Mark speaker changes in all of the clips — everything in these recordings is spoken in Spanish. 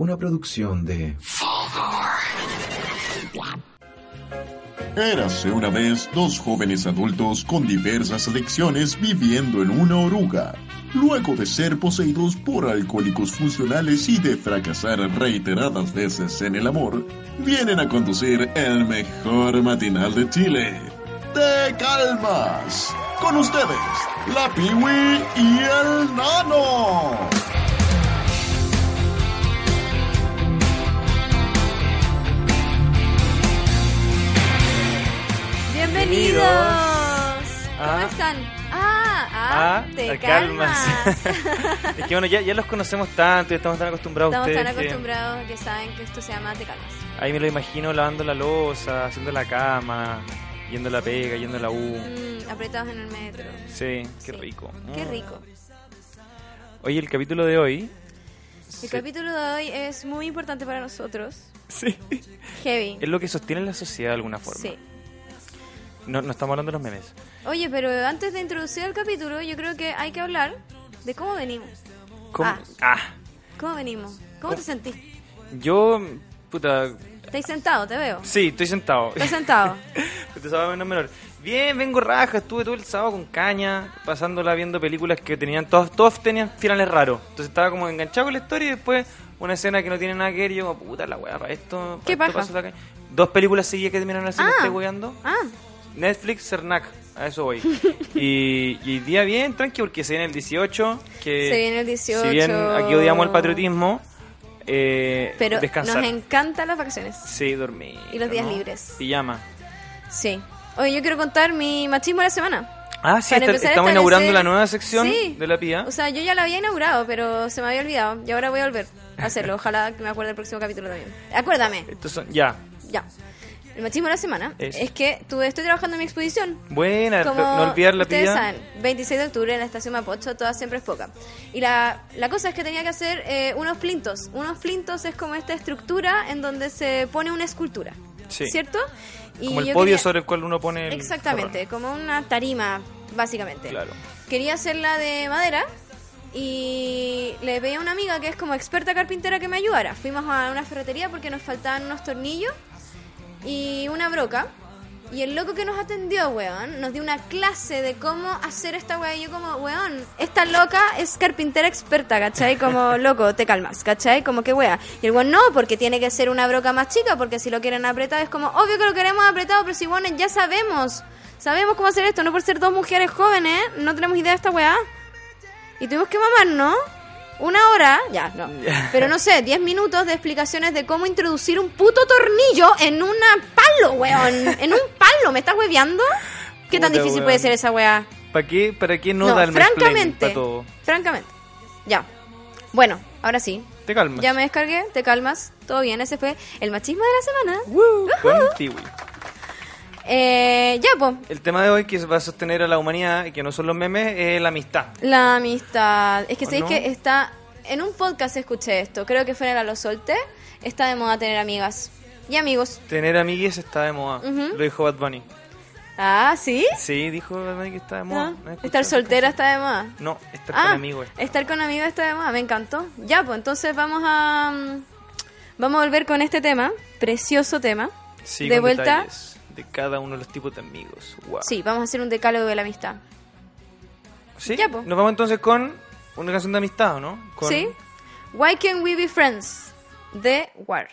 Speaker 1: Una producción de
Speaker 2: Érase una vez dos jóvenes adultos con diversas adicciones viviendo en una oruga. Luego de ser poseídos por alcohólicos funcionales y de fracasar reiteradas veces en el amor, vienen a conducir el mejor matinal de Chile. ¡Te calmas! Con ustedes, la Piwi y el Nano.
Speaker 3: Bienvenidos. ¿Cómo
Speaker 4: Ah.
Speaker 3: están? Ah, ah,
Speaker 4: Ah,
Speaker 3: te
Speaker 4: te
Speaker 3: calmas.
Speaker 4: calmas. Es que bueno, ya, ya los conocemos tanto y estamos tan acostumbrados a
Speaker 3: Estamos
Speaker 4: ustedes.
Speaker 3: tan
Speaker 4: que
Speaker 3: acostumbrados que saben que esto se llama Te calmas.
Speaker 4: Ahí me lo imagino lavando la losa, haciendo la cama, yendo a la pega, yendo a la U.
Speaker 3: Mm, apretados en el metro.
Speaker 4: Sí,
Speaker 3: Sí.
Speaker 4: qué rico.
Speaker 3: Qué
Speaker 4: Mm.
Speaker 3: rico.
Speaker 4: Oye, el capítulo de hoy.
Speaker 3: El capítulo de hoy es muy importante para nosotros.
Speaker 4: Sí.
Speaker 3: Heavy.
Speaker 4: Es lo que sostiene la sociedad de alguna forma.
Speaker 3: Sí.
Speaker 4: No, no estamos hablando de los memes.
Speaker 3: Oye, pero antes de introducir el capítulo, yo creo que hay que hablar de cómo venimos.
Speaker 4: ¿Cómo?
Speaker 3: Ah.
Speaker 4: Ah.
Speaker 3: ¿Cómo venimos? ¿Cómo
Speaker 4: Oh.
Speaker 3: te sentís?
Speaker 4: Yo, puta,
Speaker 3: ¿Estáis sentado? Te veo.
Speaker 4: sí, estoy sentado.
Speaker 3: ¿Estás sentado?
Speaker 4: Este sábado menos menor. Bien, vengo raja, estuve todo el sábado con caña, pasándola viendo películas que tenían, todos, todos tenían finales raros. Entonces estaba como enganchado con la historia y después una escena que no tiene nada que ver, y yo como, puta la weá, para esto, para
Speaker 3: ¿Qué
Speaker 4: esto
Speaker 3: paja?
Speaker 4: pasó la caña. Dos películas seguidas que terminaron así,
Speaker 3: Ah.
Speaker 4: me estoy weando.
Speaker 3: Ah,
Speaker 4: Netflix, Cernac, a eso voy. y, y día bien, tranqui, porque se viene el 18, que
Speaker 3: Se viene el 18.
Speaker 4: si bien aquí odiamos el patriotismo, eh,
Speaker 3: pero
Speaker 4: descansar.
Speaker 3: nos encantan las vacaciones.
Speaker 4: Sí, dormir.
Speaker 3: Y los días libres.
Speaker 4: Pijama.
Speaker 3: Sí. Oye, yo quiero contar mi machismo de la semana.
Speaker 4: Ah, sí,
Speaker 3: Para
Speaker 4: esta-
Speaker 3: empezar a
Speaker 4: estamos inaugurando
Speaker 3: establecer-
Speaker 4: la nueva sección
Speaker 3: Sí.
Speaker 4: de la pía.
Speaker 3: O sea, yo ya la había inaugurado, pero se me había olvidado. Y ahora voy a volver a hacerlo. Ojalá que me acuerde el próximo capítulo también. Acuérdame.
Speaker 4: Estos son- ya.
Speaker 3: Ya. El machismo de la semana es,
Speaker 4: Es.
Speaker 3: que tuve- estoy trabajando en mi exposición.
Speaker 4: Buena,
Speaker 3: Como
Speaker 4: no olvidar la
Speaker 3: ustedes
Speaker 4: pía.
Speaker 3: saben, 26 de octubre en la estación Mapocho, toda siempre es poca. Y la, la cosa es que tenía que hacer eh, unos plintos. Unos plintos es como esta estructura en donde se pone una escultura.
Speaker 4: Sí.
Speaker 3: ¿Cierto? Y
Speaker 4: Como el
Speaker 3: yo
Speaker 4: podio
Speaker 3: quería-
Speaker 4: sobre el cual uno pone el
Speaker 3: Exactamente, como una tarima, básicamente.
Speaker 4: Claro.
Speaker 3: Quería hacerla de madera y le pedí a una amiga que es como experta carpintera que me ayudara. Fuimos a una ferretería porque nos faltaban unos tornillos y una broca. Y el loco que nos atendió, weón, nos dio una clase de cómo hacer esta weá. Y yo como, weón, esta loca es carpintera experta, ¿cachai? Como, loco, te calmas, ¿cachai? Como que weá. Y el weón, no, porque tiene que ser una broca más chica, porque si lo quieren apretado es como, obvio que lo queremos apretado, pero si, bueno, ya sabemos. Sabemos cómo hacer esto, no por ser dos mujeres jóvenes, no tenemos idea de esta weá. Y tuvimos que mamarnos una hora, ya, no. Pero no sé, 10 minutos de explicaciones de cómo introducir un puto tornillo en un palo, weón. En un palo, ¿me estás hueveando? ¿Qué tan
Speaker 4: Puta,
Speaker 3: difícil
Speaker 4: weón.
Speaker 3: puede ser esa weá?
Speaker 4: ¿Para qué, para qué no, da el
Speaker 3: francamente.
Speaker 4: para todo?
Speaker 3: Francamente. Ya. Bueno, ahora sí.
Speaker 4: Te calmas.
Speaker 3: Ya me descargué, te calmas, todo bien, ese fue el machismo de la semana.
Speaker 4: Uh. Con Tiwi.
Speaker 3: Eh, ya, po.
Speaker 4: El tema de hoy que va a sostener a la humanidad y que no son los memes es la amistad.
Speaker 3: La amistad. Es que
Speaker 4: ¿O
Speaker 3: sé
Speaker 4: no?
Speaker 3: que está. En un podcast escuché esto, creo que fue en el Alo Solte. Está de moda tener amigas y amigos.
Speaker 4: Tener amigues está de moda.
Speaker 3: Ujú.
Speaker 4: Lo dijo Bad Bunny.
Speaker 3: Ah, ¿sí?
Speaker 4: Sí, dijo Bad Bunny que está de
Speaker 3: ¿No?
Speaker 4: moda. ¿No escuchas?
Speaker 3: Ah, Estar soltera está de moda.
Speaker 4: No, estar
Speaker 3: Ah,
Speaker 4: con amigos. está.
Speaker 3: estar con amigos está de moda, me encantó. Ya, pues entonces vamos a. mm, Vamos a volver con este tema, precioso tema.
Speaker 4: Sí,
Speaker 3: de
Speaker 4: con
Speaker 3: vuelta.
Speaker 4: detalles de cada uno de los tipos de amigos. Wow.
Speaker 3: Sí, vamos a hacer un decálogo de la amistad.
Speaker 4: ¿Sí?
Speaker 3: Ya, po.
Speaker 4: Nos vamos entonces con una canción de amistad, ¿o ¿no? Con-
Speaker 3: ¿Sí? Why Can't We Be Friends? De War.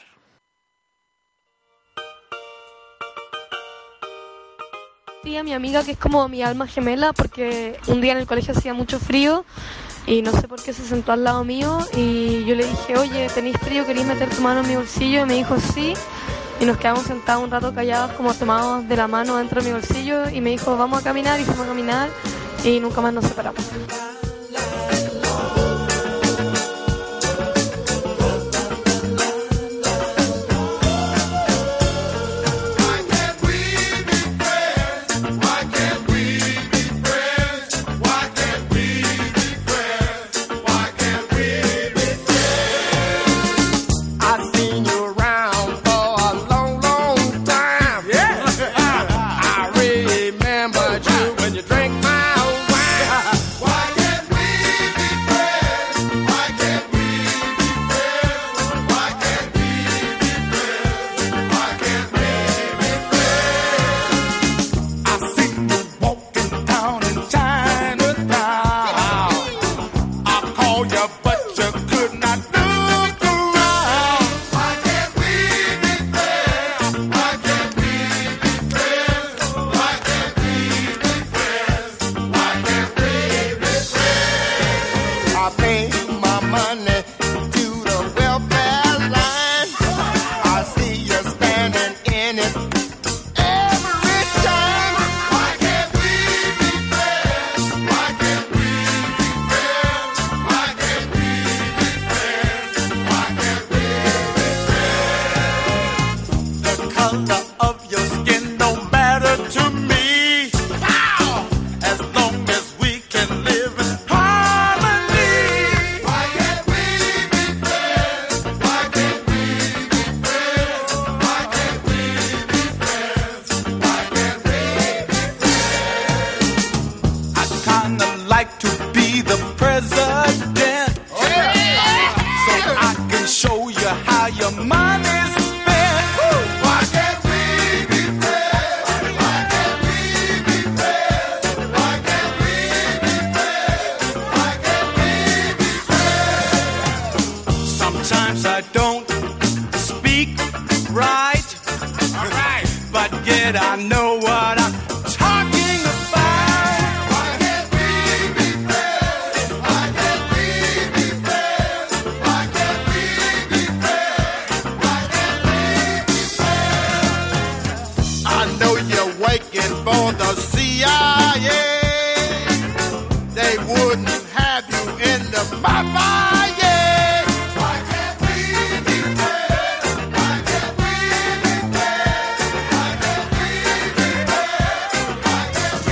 Speaker 5: Sí, a mi amiga que es como mi alma gemela porque un día en el colegio hacía mucho frío y no sé por qué se sentó al lado mío y yo le dije, oye, ¿tenéis frío? ¿Queréis meter tu mano en mi bolsillo? Y me dijo, sí. Y nos quedamos sentados un rato callados como tomados de la mano dentro de mi bolsillo y me dijo, vamos a caminar y fuimos a caminar y nunca más nos separamos.
Speaker 6: show you how your money's spent. Why can't we be friends? Why can't we be friends? Why can't we be friends? Why can't we be friends? Sometimes I don't speak right. All right. But yet I know what I'm talking about. Why can't we be friends? Why can't we be friends? Why can't we be friends? Why can't we be friends? I know you're waking for the CIA. They wouldn't have you in the mafia. Why can't we be friends? Why can't we be friends? Why can't we be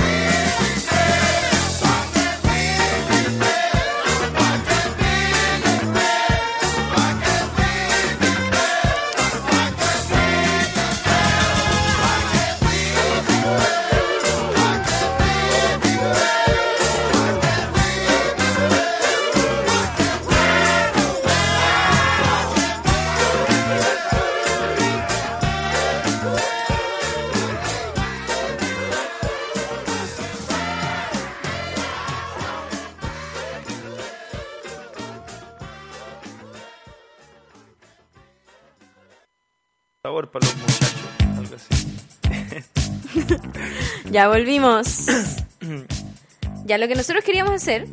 Speaker 6: friends? Why can't we be friends? Why can't we be friends? Why can't we be friends? Why can't we be friends? Why can't we be friends? Why can't we be friends? Why can't we be friends? Why can't we be friends? Why can't we be
Speaker 4: Sabor para los muchachos, algo así.
Speaker 3: Ya volvimos. ya lo que nosotros queríamos hacer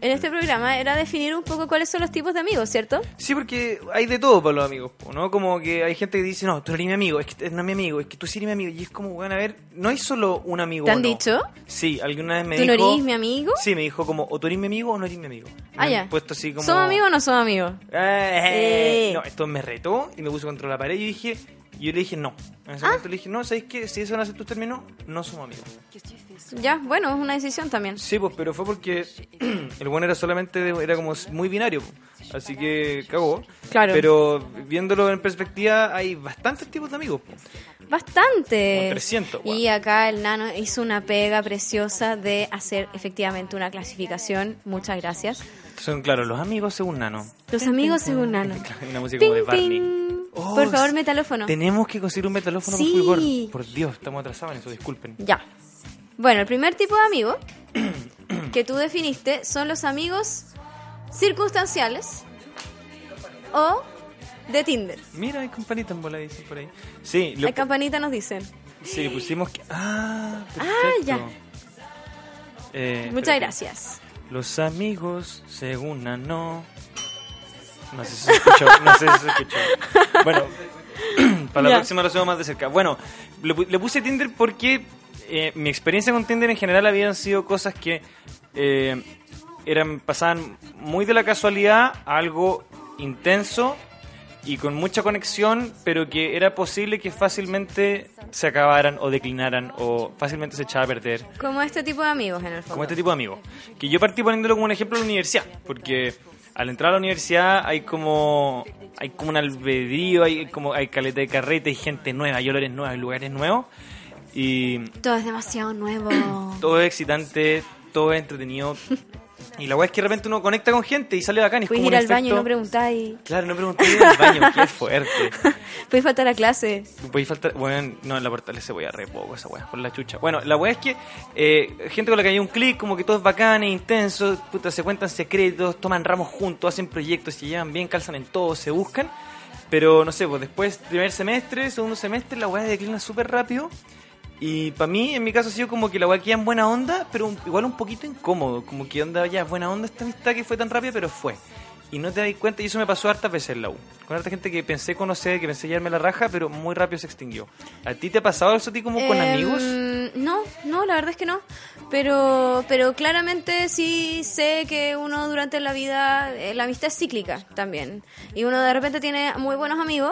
Speaker 3: en este programa era definir un poco cuáles son los tipos de amigos, ¿cierto?
Speaker 4: Sí, porque hay de todo para los amigos, po, ¿no? Como que hay gente que dice, no, tú eres mi amigo, es que eh, no es mi amigo, es que tú sí eres mi amigo. Y es como, bueno, a ver, no hay solo un amigo.
Speaker 3: ¿Te han
Speaker 4: o no.
Speaker 3: dicho?
Speaker 4: Sí, alguna vez me
Speaker 3: ¿Tú no
Speaker 4: dijo...
Speaker 3: eres mi amigo?
Speaker 4: Sí, me dijo como, o tú eres mi amigo o no eres mi amigo. Y me
Speaker 3: Ah,
Speaker 4: han
Speaker 3: ya.
Speaker 4: puesto así como...
Speaker 3: ¿Somos amigos o no somos amigos?
Speaker 4: Eh,
Speaker 3: Eh.
Speaker 4: No, esto me retó y me puso contra la pared y yo dije... y Yo le dije no. En
Speaker 3: Ah.
Speaker 4: ese momento le dije, no, ¿sabes qué? Si eso no hace tus términos, no somos amigos.
Speaker 3: Ya, bueno, es una decisión también.
Speaker 4: Sí, pues, pero fue porque el bueno era solamente, de- era como muy binario, po. así que cagó.
Speaker 3: Claro.
Speaker 4: Pero viéndolo en perspectiva, hay bastantes tipos de amigos. po.
Speaker 3: Bastante.
Speaker 4: Como 300,
Speaker 3: Y
Speaker 4: guau.
Speaker 3: acá el nano hizo una pega preciosa de hacer efectivamente una clasificación. Muchas gracias.
Speaker 4: Son, claro, los amigos según Nano.
Speaker 3: Los amigos según nano.
Speaker 4: Una música
Speaker 3: Ping,
Speaker 4: como de Barney.
Speaker 3: ping.
Speaker 4: Oh,
Speaker 3: Por favor,
Speaker 4: sí.
Speaker 3: metalófono.
Speaker 4: Tenemos que conseguir un metalófono
Speaker 3: Sí.
Speaker 4: con fulgor. Por Dios, estamos atrasados en eso, disculpen.
Speaker 3: Ya. Bueno, el primer tipo de amigo que tú definiste son los amigos circunstanciales o de Tinder.
Speaker 4: Mira, hay campanita en bola, dicen por ahí. Sí, lo,
Speaker 3: La campanita nos dicen.
Speaker 4: sí, pusimos que... Ah, perfecto.
Speaker 3: Ah, ya.
Speaker 4: Eh,
Speaker 3: Muchas
Speaker 4: espérate.
Speaker 3: gracias.
Speaker 4: Los amigos, según Nano. No sé si se escuchó, no sé si se escuchó. Bueno, para la
Speaker 3: Ya.
Speaker 4: próxima lo hacemos más de cerca. Bueno, le, pu- le puse Tinder porque eh, mi experiencia con Tinder en general habían sido cosas que eh, eran pasaban muy de la casualidad a algo intenso y con mucha conexión, pero que era posible que fácilmente se acabaran o declinaran o fácilmente se echaba a perder
Speaker 3: Como este tipo de amigos en el fondo.
Speaker 4: como este tipo de amigos. Que yo partí poniéndolo como un ejemplo en la universidad, porque al entrar a la universidad hay como hay como un albedrío, hay como hay caleta de carrete, hay gente nueva, hay olores nuevos, hay lugares nuevos y
Speaker 3: Todo es demasiado nuevo.
Speaker 4: todo es excitante, todo es entretenido. Y la weá es que de repente uno conecta con gente y sale bacán, y es
Speaker 3: Puedes
Speaker 4: como
Speaker 3: ir
Speaker 4: un
Speaker 3: al baño y
Speaker 4: efecto-
Speaker 3: no preguntar y
Speaker 4: Claro, no pregunté ir al baño, qué fuerte.
Speaker 3: puedes faltar a clase.
Speaker 4: Voy a faltar. Bueno, no, en la portal se voy a re poco esa weá, por la chucha. Bueno, la weá es que eh, gente con la que hay un clic, como que todo es bacán e intenso, puta, se cuentan secretos, toman ramos juntos, hacen proyectos, se llevan bien, calzan en todo, se buscan. Pero no sé, pues después, primer semestre, segundo semestre, la weá declina súper rápido. Y para mí, en mi caso, ha sido como que la weá queda en buena onda, pero un- igual un poquito incómodo. Como que onda, ya, buena onda esta amistad que fue tan rápida, pero fue. Y no te das cuenta, y eso me pasó hartas veces en la U. Con harta gente que pensé conocer, que pensé llevarme la raja, pero muy rápido se extinguió. ¿A ti te ha pasado eso a ti como con
Speaker 3: Em,
Speaker 4: amigos?
Speaker 3: No, no, la verdad es que no. Pero, pero claramente sí sé que uno durante la vida, eh, la amistad es cíclica también. Y uno de repente tiene muy buenos amigos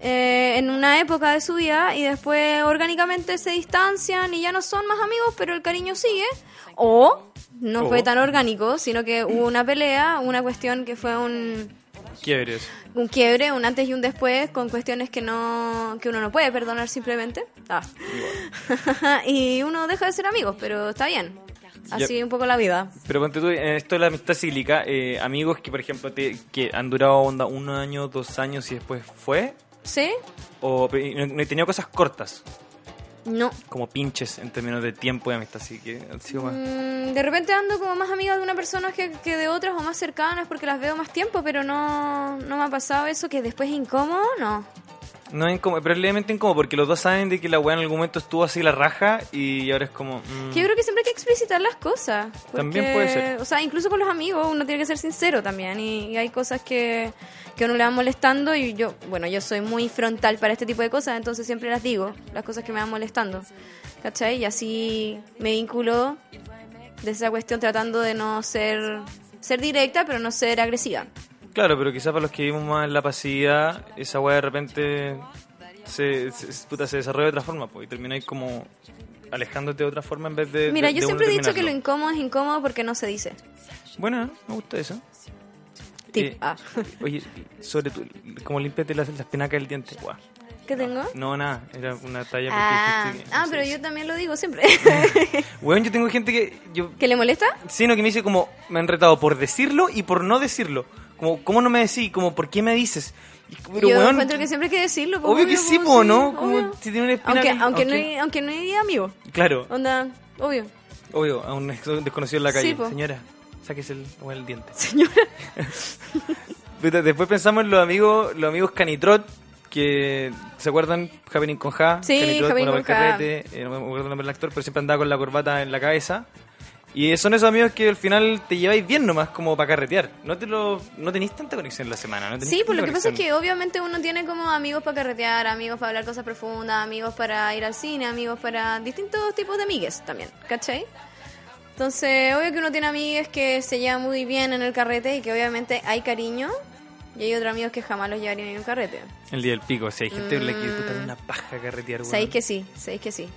Speaker 3: eh, en una época de su vida y después orgánicamente se distancian y ya no son más amigos, pero el cariño sigue. O no
Speaker 4: O-
Speaker 3: fue tan orgánico, sino que hubo una pelea, una cuestión que fue un
Speaker 4: Quiebre eso.
Speaker 3: un quiebre, un antes y un después, con cuestiones que no que uno no puede perdonar simplemente. Ah. y uno deja de ser amigos, pero está bien. Así un poco la vida.
Speaker 4: Pero ponte tú, en esto de la amistad cílica, eh, amigos que, por ejemplo, te- que han durado onda un año, dos años y después fue,
Speaker 3: ¿Sí?
Speaker 4: o y no, no he tenido cosas cortas,
Speaker 3: No.
Speaker 4: como pinches en términos de tiempo de amistad, así que han sido más.
Speaker 3: Mm, de repente ando como más amiga de una persona que, que de otras o más cercanas porque las veo más tiempo, pero no, no me ha pasado eso que después es incómodo, no.
Speaker 4: No es incómodo, pero es levemente incómodo porque los dos saben de que la weá en algún momento estuvo así la raja y ahora es como. mm,
Speaker 3: Que Yo creo que siempre hay que explicitar las cosas. porque-
Speaker 4: También puede ser.
Speaker 3: O sea, incluso con los amigos uno tiene que ser sincero también. Y, y hay cosas que, que a uno le van molestando. Y yo, bueno, yo soy muy frontal para este tipo de cosas, entonces siempre las digo, las cosas que me van molestando. ¿Cachai? Y así me vinculo de esa cuestión tratando de no ser, ser directa, pero no ser agresiva.
Speaker 4: Claro, pero quizás para los que vivimos más en la pasividad, esa weá de repente se, se- puta, se desarrolla de otra forma pues, y termináis como alejándote de otra forma en vez de.
Speaker 3: Mira,
Speaker 4: de-
Speaker 3: yo
Speaker 4: de uno
Speaker 3: siempre he dicho que lo
Speaker 4: terminarlo.
Speaker 3: incómodo es incómodo porque no se dice.
Speaker 4: Bueno, me gusta eso.
Speaker 3: Tip.
Speaker 4: Eh,
Speaker 3: Ah.
Speaker 4: Oye, sobre tu, como límpiate las, las penacas del diente. Guau.
Speaker 3: ¿Qué tengo?
Speaker 4: No, nada, era una talla. porque
Speaker 3: Ah,
Speaker 4: dijiste que-
Speaker 3: ah,
Speaker 4: no
Speaker 3: pero
Speaker 4: sé.
Speaker 3: yo también lo digo siempre.
Speaker 4: Weón, yo tengo gente que. Yo,
Speaker 3: ¿Que le molesta?
Speaker 4: sino que me dice como. Me han retado por decirlo y por no decirlo. Como, ¿cómo no me decís? Como, ¿por qué me dices? Y- Pero,
Speaker 3: yo
Speaker 4: weón,
Speaker 3: encuentro que siempre hay que decirlo. pues,
Speaker 4: Obvio que sí,
Speaker 3: pues,
Speaker 4: po, ¿no? Como
Speaker 3: obvio.
Speaker 4: si tiene una espina
Speaker 3: aunque,
Speaker 4: bien-
Speaker 3: aunque, no
Speaker 4: aunque-
Speaker 3: hay, aunque no hay amigo.
Speaker 4: Claro,
Speaker 3: Onda, obvio.
Speaker 4: obvio, a un ex- desconocido en la
Speaker 3: Sí,
Speaker 4: calle.
Speaker 3: po.
Speaker 4: Señora, sáquese el, o el diente.
Speaker 3: Señora.
Speaker 4: Puta, Después pensamos en los amigos, los amigos Canitrot, que se acuerdan, Javelin con Ja,
Speaker 3: Sí,
Speaker 4: Canitrot,
Speaker 3: Javelin
Speaker 4: bueno, para el
Speaker 3: con Ja.
Speaker 4: carrete, eh, no me acuerdo el nombre del actor, pero siempre andaba con la corbata en la cabeza. Y son esos amigos que al final te lleváis bien nomás como para carretear. No te lo, no tenéis tanta conexión en la semana, ¿no? tenéis
Speaker 3: Sí, pues lo
Speaker 4: tanta
Speaker 3: que pasa es
Speaker 4: conexión.
Speaker 3: que obviamente uno tiene como amigos para carretear, amigos para hablar cosas profundas, amigos para ir al cine, amigos para distintos tipos de amigues también, ¿cachai? Entonces, obvio que uno tiene amigues que se llevan muy bien en el carrete y que obviamente hay cariño. Y hay otros amigos que jamás los llevarían en un carrete.
Speaker 4: El día del pico, si hay gente con la que
Speaker 3: Mm.
Speaker 4: puta, una paja carretear, weón.
Speaker 3: Sabéis que sí, sabéis que sí.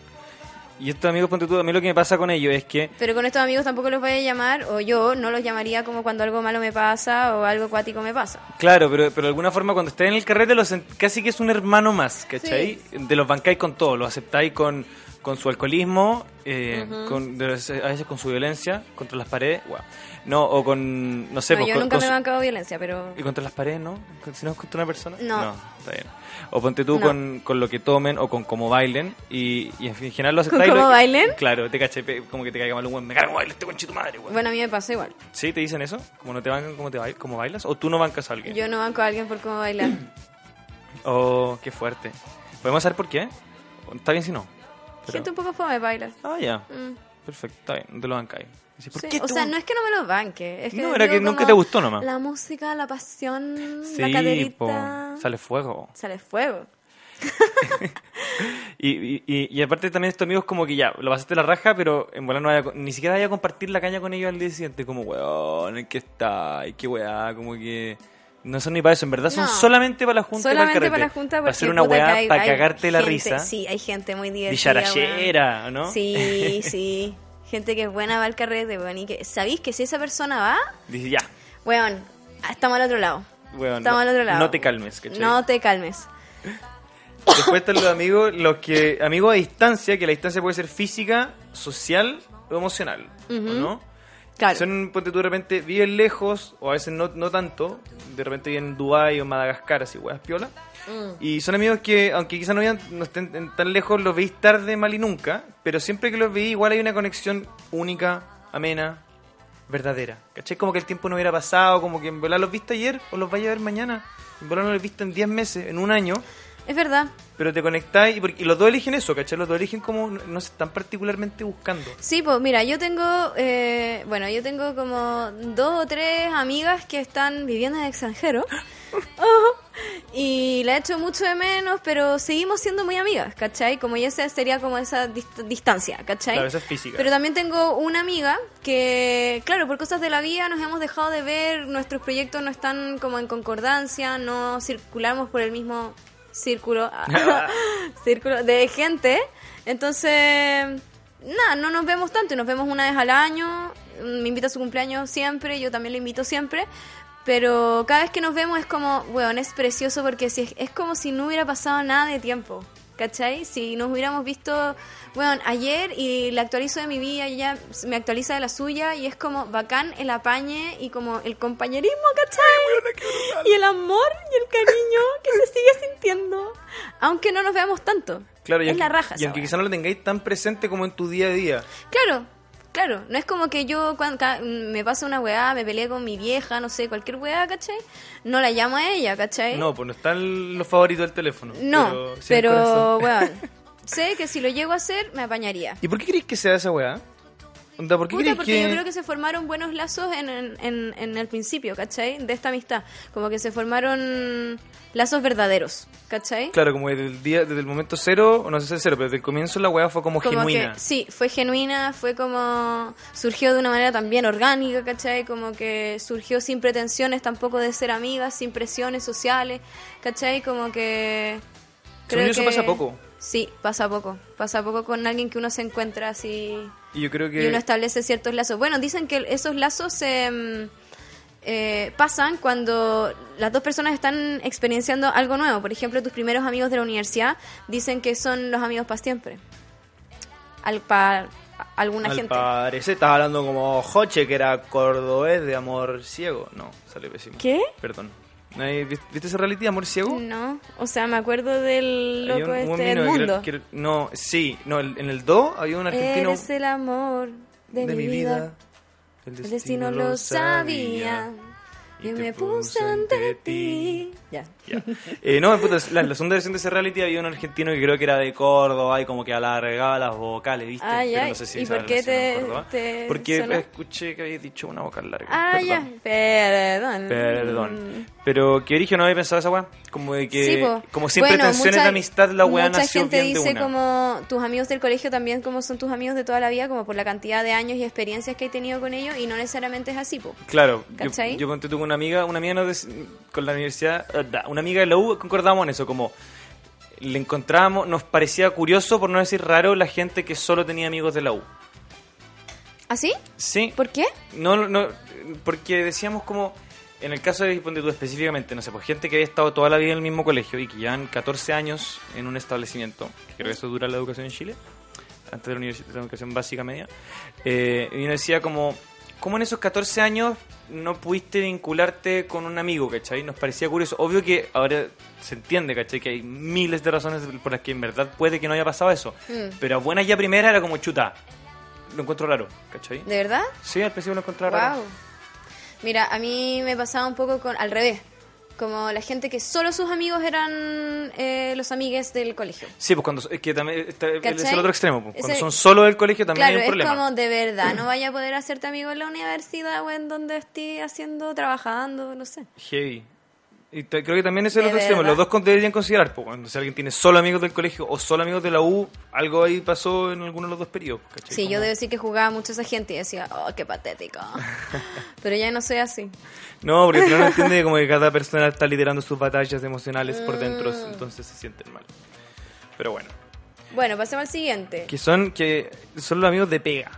Speaker 4: Y estos amigos, ponte tú, a mí lo que me pasa con ellos es que
Speaker 3: Pero con estos amigos tampoco los voy a llamar, o yo no los llamaría como cuando algo malo me pasa o algo cuático me pasa.
Speaker 4: Claro, pero, pero de alguna forma cuando estés en el carrete los en- casi que es un hermano más, ¿cachai? De los bancáis con todo, los aceptáis con, con su alcoholismo, eh, con, de los- a veces con su violencia contra las paredes, guau. no, o con, no sé,
Speaker 3: No,
Speaker 4: pues,
Speaker 3: yo
Speaker 4: con,
Speaker 3: nunca
Speaker 4: con
Speaker 3: me he
Speaker 4: su-
Speaker 3: bancado violencia, pero.
Speaker 4: ¿Y contra las paredes, no? ¿Con- Si no es contra una persona.
Speaker 3: No.
Speaker 4: está bien. O ponte tú
Speaker 3: No.
Speaker 4: con, con lo que tomen o con cómo bailen. Y, y en fin, en general los
Speaker 3: ¿Con
Speaker 4: aceptáis.
Speaker 3: cómo
Speaker 4: lo-
Speaker 3: bailen?
Speaker 4: Claro, te caché, pe- como que te caiga mal un buen. Me cargo baile este conchito madre, weón.
Speaker 3: Bueno, a mí me pasa igual.
Speaker 4: ¿Sí? ¿Te dicen eso? ¿Cómo no te bancan, cómo, te bail, cómo bailas? ¿O tú no bancas a alguien?
Speaker 3: Yo no banco a alguien por cómo bailar.
Speaker 4: Oh, qué fuerte. ¿Podemos saber por qué? Está bien si no. Pero-
Speaker 3: Gente un poco fome bailar.
Speaker 4: Ah, ya.
Speaker 3: Mm.
Speaker 4: Perfecto, está bien. No te lo dan caer.
Speaker 3: Sí, O sea, no es que no me lo banque. Es que
Speaker 4: No, era
Speaker 3: digo
Speaker 4: que nunca
Speaker 3: como
Speaker 4: te gustó nomás.
Speaker 3: La música, la pasión, la caderita.
Speaker 4: sale fuego.
Speaker 3: Sale fuego.
Speaker 4: Y, y, y, y aparte también estos amigos como que ya, lo pasaste la raja, pero en volar no vaya, a co- ni siquiera vaya a compartir la caña con ellos al día siguiente. Como, weón, ¿en qué está? ¿Y qué weá? Como que... No son ni para eso, en verdad son
Speaker 3: No.
Speaker 4: solamente para la junta. y para el
Speaker 3: Solamente para la
Speaker 4: carrete.
Speaker 3: junta
Speaker 4: Para
Speaker 3: porque
Speaker 4: hacer una
Speaker 3: puta, que
Speaker 4: weá,
Speaker 3: hay-
Speaker 4: para
Speaker 3: hay
Speaker 4: cagarte la
Speaker 3: gente-
Speaker 4: risa.
Speaker 3: Sí, hay gente muy divertida.
Speaker 4: Dicharachera,
Speaker 3: weón.
Speaker 4: ¿no?
Speaker 3: Sí, sí. Gente que es buena va al carrete, weón. Y que, ¿sabéis que si esa persona va,
Speaker 4: Dice, ya,
Speaker 3: weón, estamos al otro lado?
Speaker 4: Weón,
Speaker 3: estamos
Speaker 4: no-
Speaker 3: al otro lado.
Speaker 4: no te calmes, ¿cachai?
Speaker 3: No te calmes.
Speaker 4: Después están los amigos, los que amigos a distancia, que la distancia puede ser física, social o emocional, ¿o ¿no?
Speaker 3: Claro.
Speaker 4: Son, ponte tú de repente, viven lejos, o a veces no, no tanto, de repente viven en Dubái o en Madagascar, así, weas piola. Y son amigos que, aunque quizás no, vivan- no estén en- tan lejos, los veis tarde, mal y nunca, pero siempre que los veis, igual hay una conexión única, amena, verdadera. ¿Cachai? Como que el tiempo no hubiera pasado, como que en verdad los viste ayer o los vaya a ver mañana, en verdad no los viste en 10 meses, en un año.
Speaker 3: Es verdad.
Speaker 4: Pero te conectáis y, porque- y los dos eligen eso, ¿cachai? Los dos eligen como no, no se están particularmente buscando.
Speaker 3: Sí, pues mira, yo tengo, eh, bueno, yo tengo como dos o tres amigas que están viviendo en el extranjero. Ojo. y la echo mucho de menos, pero seguimos siendo muy amigas, ¿cachai? Como ya esa sería como esa dist- distancia, ¿cachai?
Speaker 4: Claro, esa es física.
Speaker 3: Pero también tengo una amiga que, claro, por cosas de la vida nos hemos dejado de ver, nuestros proyectos no están como en concordancia, no circulamos por el mismo círculo, círculo de gente. Entonces, nada, no nos vemos tanto, nos vemos una vez al año, me invita a su cumpleaños siempre, yo también lo invito siempre. Pero cada vez que nos vemos es como, weón, es precioso porque si es, es como si no hubiera pasado nada de tiempo. ¿Cachai? Si nos hubiéramos visto, bueno, ayer y la actualizo de mi vida y ella me actualiza de la suya y es como bacán el apañe y como el compañerismo, ¿cachai? y el amor y el cariño que se sigue sintiendo, aunque no nos veamos tanto.
Speaker 4: Claro, y
Speaker 3: es
Speaker 4: aunque-
Speaker 3: la raja.
Speaker 4: Y
Speaker 3: esa
Speaker 4: aunque
Speaker 3: weá.
Speaker 4: quizás no lo tengáis tan presente como en tu día a día.
Speaker 3: Claro, claro. No es como que yo cuando ca- me pasa una weá, me peleé con mi vieja, no sé, cualquier weá, ¿cachai? No la llamo a ella, ¿cachai?
Speaker 4: No, pues no están los favoritos del teléfono.
Speaker 3: ¿Eh? No,
Speaker 4: sí el
Speaker 3: pero,
Speaker 4: corazón.
Speaker 3: weón, sé que si lo llego a hacer, me apañaría.
Speaker 4: ¿Y por qué crees que sea esa weá? Onda, ¿por qué
Speaker 3: Puta,
Speaker 4: crees
Speaker 3: porque
Speaker 4: que...
Speaker 3: yo creo que se formaron buenos lazos en, en- en- en el principio, ¿cachai? De esta amistad. Como que se formaron lazos verdaderos, ¿cachai?
Speaker 4: Claro, como desde el, día, desde el momento cero, o no sé si cero, pero desde el comienzo la weá fue como,
Speaker 3: Como
Speaker 4: genuina.
Speaker 3: que, sí, fue genuina, fue como. surgió de una manera también orgánica, ¿cachai? Como que surgió sin pretensiones tampoco de ser amigas, sin presiones sociales, ¿cachai? Como que.
Speaker 4: Según yo, eso pasa poco.
Speaker 3: Sí, pasa poco. Pasa poco con alguien que uno se encuentra así.
Speaker 4: Y yo creo que...
Speaker 3: Y uno establece ciertos lazos. Bueno, dicen que esos lazos se mm, eh, pasan cuando las dos personas están experienciando algo nuevo. Por ejemplo, tus primeros amigos de la universidad dicen que son los amigos para siempre. Al, para alguna
Speaker 4: Al
Speaker 3: gente.
Speaker 4: parecer estaba hablando como Joche, que era cordobés de amor ciego. No, salió pésimo.
Speaker 3: ¿Qué?
Speaker 4: Perdón. ¿No hay- ¿Viste viste ese reality, Amor Ciego?
Speaker 3: No, o sea, me acuerdo del
Speaker 4: Había
Speaker 3: loco
Speaker 4: un- un
Speaker 3: este del
Speaker 4: mino que era-
Speaker 3: mundo.
Speaker 4: que era- no, sí, no, el- en el 2 había un argentino
Speaker 3: Eres el amor de, mi vida. El destino lo sabía.
Speaker 4: y
Speaker 3: Y
Speaker 4: te
Speaker 3: me puse
Speaker 4: puso
Speaker 3: ante
Speaker 4: ante
Speaker 3: ti.
Speaker 4: ti.
Speaker 3: Ya.
Speaker 4: Ya. Eh, no, puta, la, la segunda versión de ese reality había un argentino que creo que era de Córdoba y como que alargaba las vocales, ¿viste?
Speaker 3: Ay,
Speaker 4: Pero
Speaker 3: ay,
Speaker 4: no sé si
Speaker 3: Ah, ¿y
Speaker 4: esa
Speaker 3: por qué
Speaker 4: relación
Speaker 3: te-
Speaker 4: en Córdoba.
Speaker 3: te
Speaker 4: Porque eh,
Speaker 3: sonó?
Speaker 4: escuché que habías dicho una vocal larga.
Speaker 3: Ah, ya. Perdón.
Speaker 4: Perdón. Perdón. Pero qué origen no había pensado esa weá. Como de que.
Speaker 3: Sí, po.
Speaker 4: como siempre
Speaker 3: Bueno,
Speaker 4: tensiones
Speaker 3: mucha-
Speaker 4: de amistad, la weá
Speaker 3: Mucha
Speaker 4: nació
Speaker 3: gente
Speaker 4: bien
Speaker 3: dice
Speaker 4: de una.
Speaker 3: como tus amigos del colegio también como son tus amigos de toda la vida, como por la cantidad de años y experiencias que he tenido con ellos y no necesariamente es así, po.
Speaker 4: Claro, yo,
Speaker 3: ¿Cachai?
Speaker 4: yo ponte tú con una amiga, una amiga nos dec- con la universidad, eh, da, una amiga de la U, concordábamos en eso, como le encontrábamos, nos parecía curioso, por no decir raro, la gente que solo tenía amigos de la U.
Speaker 3: ¿Así?
Speaker 4: Sí,
Speaker 3: ¿Ah, ¿Por qué?
Speaker 4: no, no, no, porque decíamos como, en el caso de ponte tú específicamente, no sé, pues gente que había estado toda la vida en el mismo colegio y que llevan 14 años en un establecimiento, que creo que eso dura la educación en Chile, antes de la, universidad, de la educación básica media, eh, y uno decía como, ¿cómo en esos 14 años no pudiste vincularte con un amigo, cachai? Nos parecía curioso. Obvio que ahora se entiende, cachai, que hay miles de razones por las que en verdad puede que no haya pasado eso,
Speaker 3: Mm.
Speaker 4: pero a buenas ya primera era como chuta. Lo encuentro raro, ¿cachai?
Speaker 3: ¿De verdad?
Speaker 4: Sí, al principio lo encontraba
Speaker 3: Wow.
Speaker 4: raro.
Speaker 3: Mira, a mí me pasaba un poco con al revés, como la gente que solo sus amigos eran eh, los amigues del colegio.
Speaker 4: Sí, pues cuando es que también está- es
Speaker 3: ¿Cachai?
Speaker 4: el otro extremo, pues. cuando
Speaker 3: Ese-
Speaker 4: son solo del colegio también
Speaker 3: claro,
Speaker 4: hay un problema.
Speaker 3: es como de verdad, no vaya a poder hacerte amigo en la universidad o en donde esté haciendo, trabajando, no sé.
Speaker 4: Heavy. Y t- creo que también ese es el
Speaker 3: De
Speaker 4: otro extremo,
Speaker 3: verdad.
Speaker 4: los dos con- deberían considerar, pues, cuando si alguien tiene solo amigos del colegio o solo amigos de la U, algo ahí pasó en alguno de los dos periodos. pues, ¿cachai?
Speaker 3: Sí, yo
Speaker 4: Como-
Speaker 3: debo decir que jugaba mucho a esa gente y decía, oh, qué patético. Pero ya no soy así.
Speaker 4: No, porque uno no entiende como que cada persona está liderando sus batallas emocionales por dentro,
Speaker 3: Ah.
Speaker 4: entonces se sienten mal. Pero bueno,
Speaker 3: Bueno, pasemos al siguiente.
Speaker 4: que son que son los amigos de pega.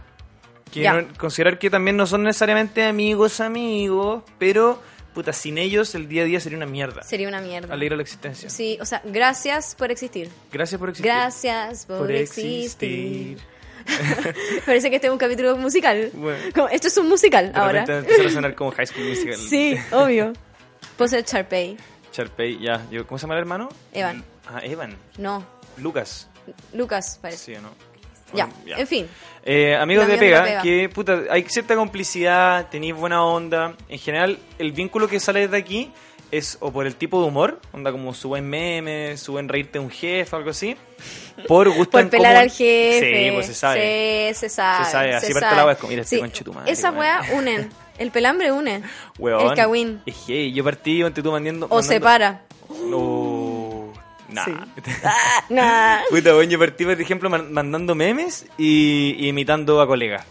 Speaker 4: Que
Speaker 3: Ya.
Speaker 4: no- considerar que también no son necesariamente amigos amigos, pero puta, sin ellos el día a día sería una mierda.
Speaker 3: Sería una mierda.
Speaker 4: Alegra la existencia.
Speaker 3: Sí, o sea, gracias por existir.
Speaker 4: Gracias por existir.
Speaker 3: Gracias por,
Speaker 4: por
Speaker 3: existir.
Speaker 4: existir.
Speaker 3: Parece que este es un capítulo musical.
Speaker 4: Bueno.
Speaker 3: Como, esto es un musical
Speaker 4: De
Speaker 3: ahora.
Speaker 4: repente empezar a sonar como High School Musical.
Speaker 3: Sí, obvio. Puedo ser Charpey.
Speaker 4: Charpey, ya. Yo- ¿Cómo se llama el hermano?
Speaker 3: Evan.
Speaker 4: Ah, Evan.
Speaker 3: No,
Speaker 4: Lucas.
Speaker 3: Lucas parece.
Speaker 4: Sí, ¿o ¿no?
Speaker 3: ya.
Speaker 4: Bueno, ya.
Speaker 3: en fin.
Speaker 4: Eh, amigos
Speaker 3: Los
Speaker 4: de
Speaker 3: amigos de pega.
Speaker 4: pega, que puta, hay cierta complicidad, tenéis buena onda. En general, el vínculo que sale de aquí es o por el tipo de humor, onda como su buen meme, su buen reírte de un jefe, algo así, por gusto
Speaker 3: Por
Speaker 4: en
Speaker 3: pelar
Speaker 4: común.
Speaker 3: al jefe.
Speaker 4: Sí, pues se sabe.
Speaker 3: Sí, se sabe.
Speaker 4: Se sabe, así parte la wea, es como, mira este conchetumadre,
Speaker 3: Esa
Speaker 4: weón.
Speaker 3: wea unen. El pelambre une.
Speaker 4: Weón.
Speaker 3: El cagüín.
Speaker 4: Es que yo partí ante tú mandando.
Speaker 3: O
Speaker 4: mandando-
Speaker 3: separa.
Speaker 4: No. Nah.
Speaker 3: Ah, nah.
Speaker 4: Puta, weón, yo partí, por ejemplo, man- mandando memes y, y imitando a colegas.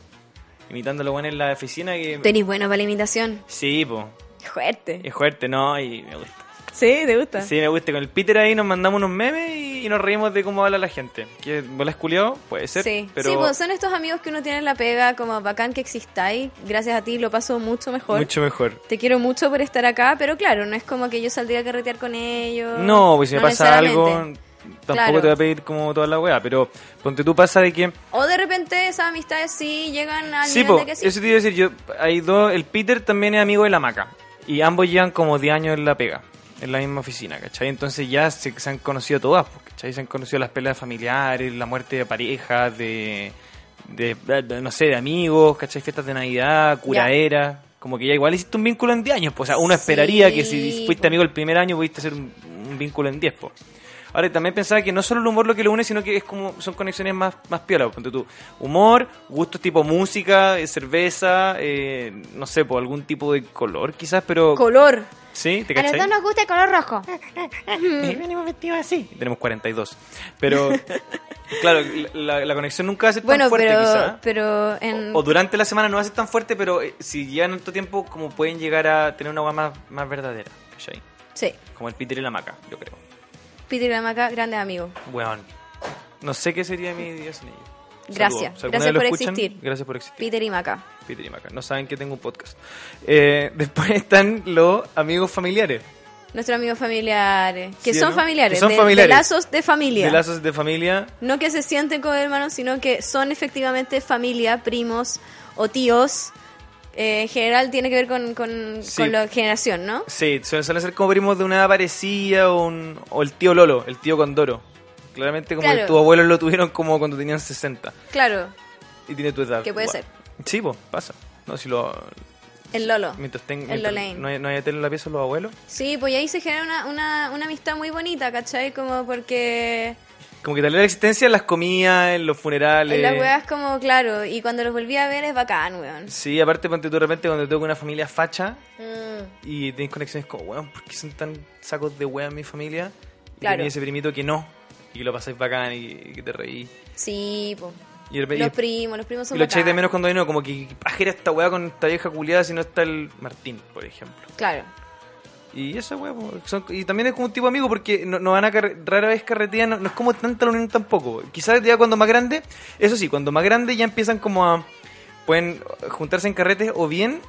Speaker 4: Imitando a los buenos en la oficina que.
Speaker 3: Tenís bueno para la imitación.
Speaker 4: Sí, po.
Speaker 3: Fuerte.
Speaker 4: Es fuerte, ¿no? Y me gusta.
Speaker 3: Sí, te gusta.
Speaker 4: Sí, me gusta. Con el Peter ahí nos mandamos unos memes y, y nos reímos de cómo habla la gente. Que bola es culiao, puede ser.
Speaker 3: Sí,
Speaker 4: pero
Speaker 3: Sí, pues, son estos amigos que uno tiene en la pega, como bacán que existáis. Gracias a ti lo paso mucho mejor.
Speaker 4: mucho mejor.
Speaker 3: Te quiero mucho por estar acá, pero claro, no es como que yo saldría a carretear con ellos.
Speaker 4: No, pues si me pasa algo,
Speaker 3: necesariamente.
Speaker 4: tampoco
Speaker 3: Claro.
Speaker 4: te va a pedir como toda la weá, pero ponte tú pasa de que...
Speaker 3: O de repente esas amistades sí llegan al
Speaker 4: Sí,
Speaker 3: nivel
Speaker 4: po,
Speaker 3: de que sí.
Speaker 4: eso te iba a decir yo. Hay dos, el Peter también es amigo de la Maca. Y ambos llevan como 10 años en la pega, en la misma oficina, ¿cachai? Entonces ya se, se han conocido todas, pues, ¿cachai? Se han conocido las peleas familiares, la muerte de parejas, de, de, de- no sé, de amigos, ¿cachai? Fiestas de Navidad, curadera. Como que ya igual hiciste un vínculo en 10 años, pues, o sea, uno
Speaker 3: Sí,
Speaker 4: esperaría que si fuiste
Speaker 3: po.
Speaker 4: amigo el primer año pudiste hacer un, un vínculo en 10, pues. Ahora, también pensaba que no solo el humor lo que lo une, sino que es como son conexiones más, más piolas. Ponte tú, humor, gustos tipo música, eh, cerveza, eh, no sé, por algún tipo de color quizás, pero...
Speaker 3: Color.
Speaker 4: ¿Sí? ¿Te
Speaker 7: A los
Speaker 4: cachai?
Speaker 7: dos nos gusta el color rojo.
Speaker 4: Eh, venimos vestidos así. Tenemos 42. Pero, claro, la, la conexión nunca va a ser tan
Speaker 3: Bueno,
Speaker 4: fuerte
Speaker 3: pero,
Speaker 4: quizá.
Speaker 3: pero en...
Speaker 4: O durante la semana no va a ser tan fuerte, pero eh, si llevan tanto tiempo, como pueden llegar a tener una agua más, más verdadera, ¿cachai?
Speaker 3: Sí,
Speaker 4: Como el Peter y la Maca, yo creo.
Speaker 3: Peter y la Maca, grandes amigos.
Speaker 4: Weón. No sé qué sería mi día sin ellos.
Speaker 3: Gracias.
Speaker 4: Saludos. Si alguna
Speaker 3: Gracias
Speaker 4: vez lo
Speaker 3: por
Speaker 4: escuchan,
Speaker 3: existir.
Speaker 4: Gracias por existir.
Speaker 3: Peter y Maca.
Speaker 4: Peter y Maca. No saben que tengo un podcast. Eh, después están los amigos familiares.
Speaker 3: Nuestros amigos familiares. Que
Speaker 4: Sí,
Speaker 3: son
Speaker 4: ¿no?
Speaker 3: familiares.
Speaker 4: Que son
Speaker 3: de-
Speaker 4: familiares.
Speaker 3: De, lazos de familia.
Speaker 4: De lazos de familia.
Speaker 3: No que se sienten como hermanos, sino que son efectivamente familia, primos o tíos. Eh, en general tiene que ver con, con,
Speaker 4: Sí.
Speaker 3: con la generación, ¿no?
Speaker 4: Sí, suelen suelen ser como primos de una edad parecida o, un- o el tío Lolo, el tío Condoro. Claramente como
Speaker 3: Claro.
Speaker 4: que tus abuelos lo tuvieron como cuando tenían 60
Speaker 3: Claro,
Speaker 4: y tiene tu edad.
Speaker 3: Que puede ser.
Speaker 4: Sí, pues, pasa. No, si lo...
Speaker 3: el Lolo.
Speaker 4: Mientras, tenga
Speaker 3: El
Speaker 4: mientras
Speaker 3: Lolain.
Speaker 4: no, hay- no haya tele en la pieza los abuelos.
Speaker 3: Sí, pues y ahí se genera una, una, una amistad muy bonita, ¿cachai? Como porque
Speaker 4: Como que tal vez la existencia en las comidas, en los funerales.
Speaker 3: en las weas como, claro, y cuando los volví a ver es bacán, weón.
Speaker 4: Sí, aparte ponte tú de repente cuando tengo una familia facha
Speaker 3: Mm,
Speaker 4: y tenés conexiones como, weón, ¿por qué son tan sacos de weón mi familia? Y
Speaker 3: Claro.
Speaker 4: tenés ese primito que no, y que lo pasáis bacán y, y que te reís.
Speaker 3: sí, pues.
Speaker 4: Y de repente-
Speaker 3: Los
Speaker 4: y-
Speaker 3: primos, los primos
Speaker 4: y
Speaker 3: son
Speaker 4: lo echáis de
Speaker 3: bacanes.
Speaker 4: menos cuando vino, como que pajera esta weá con esta vieja culiada si no está el Martín, por ejemplo.
Speaker 3: Claro.
Speaker 4: Y esa weá, po, son- y también es como un tipo de amigo porque no, no van a carre- rara vez carretean, no, no es como tanta la unión tampoco. Quizás ya cuando más grande, eso sí, cuando más grande ya empiezan como a. pueden juntarse en carretes o bien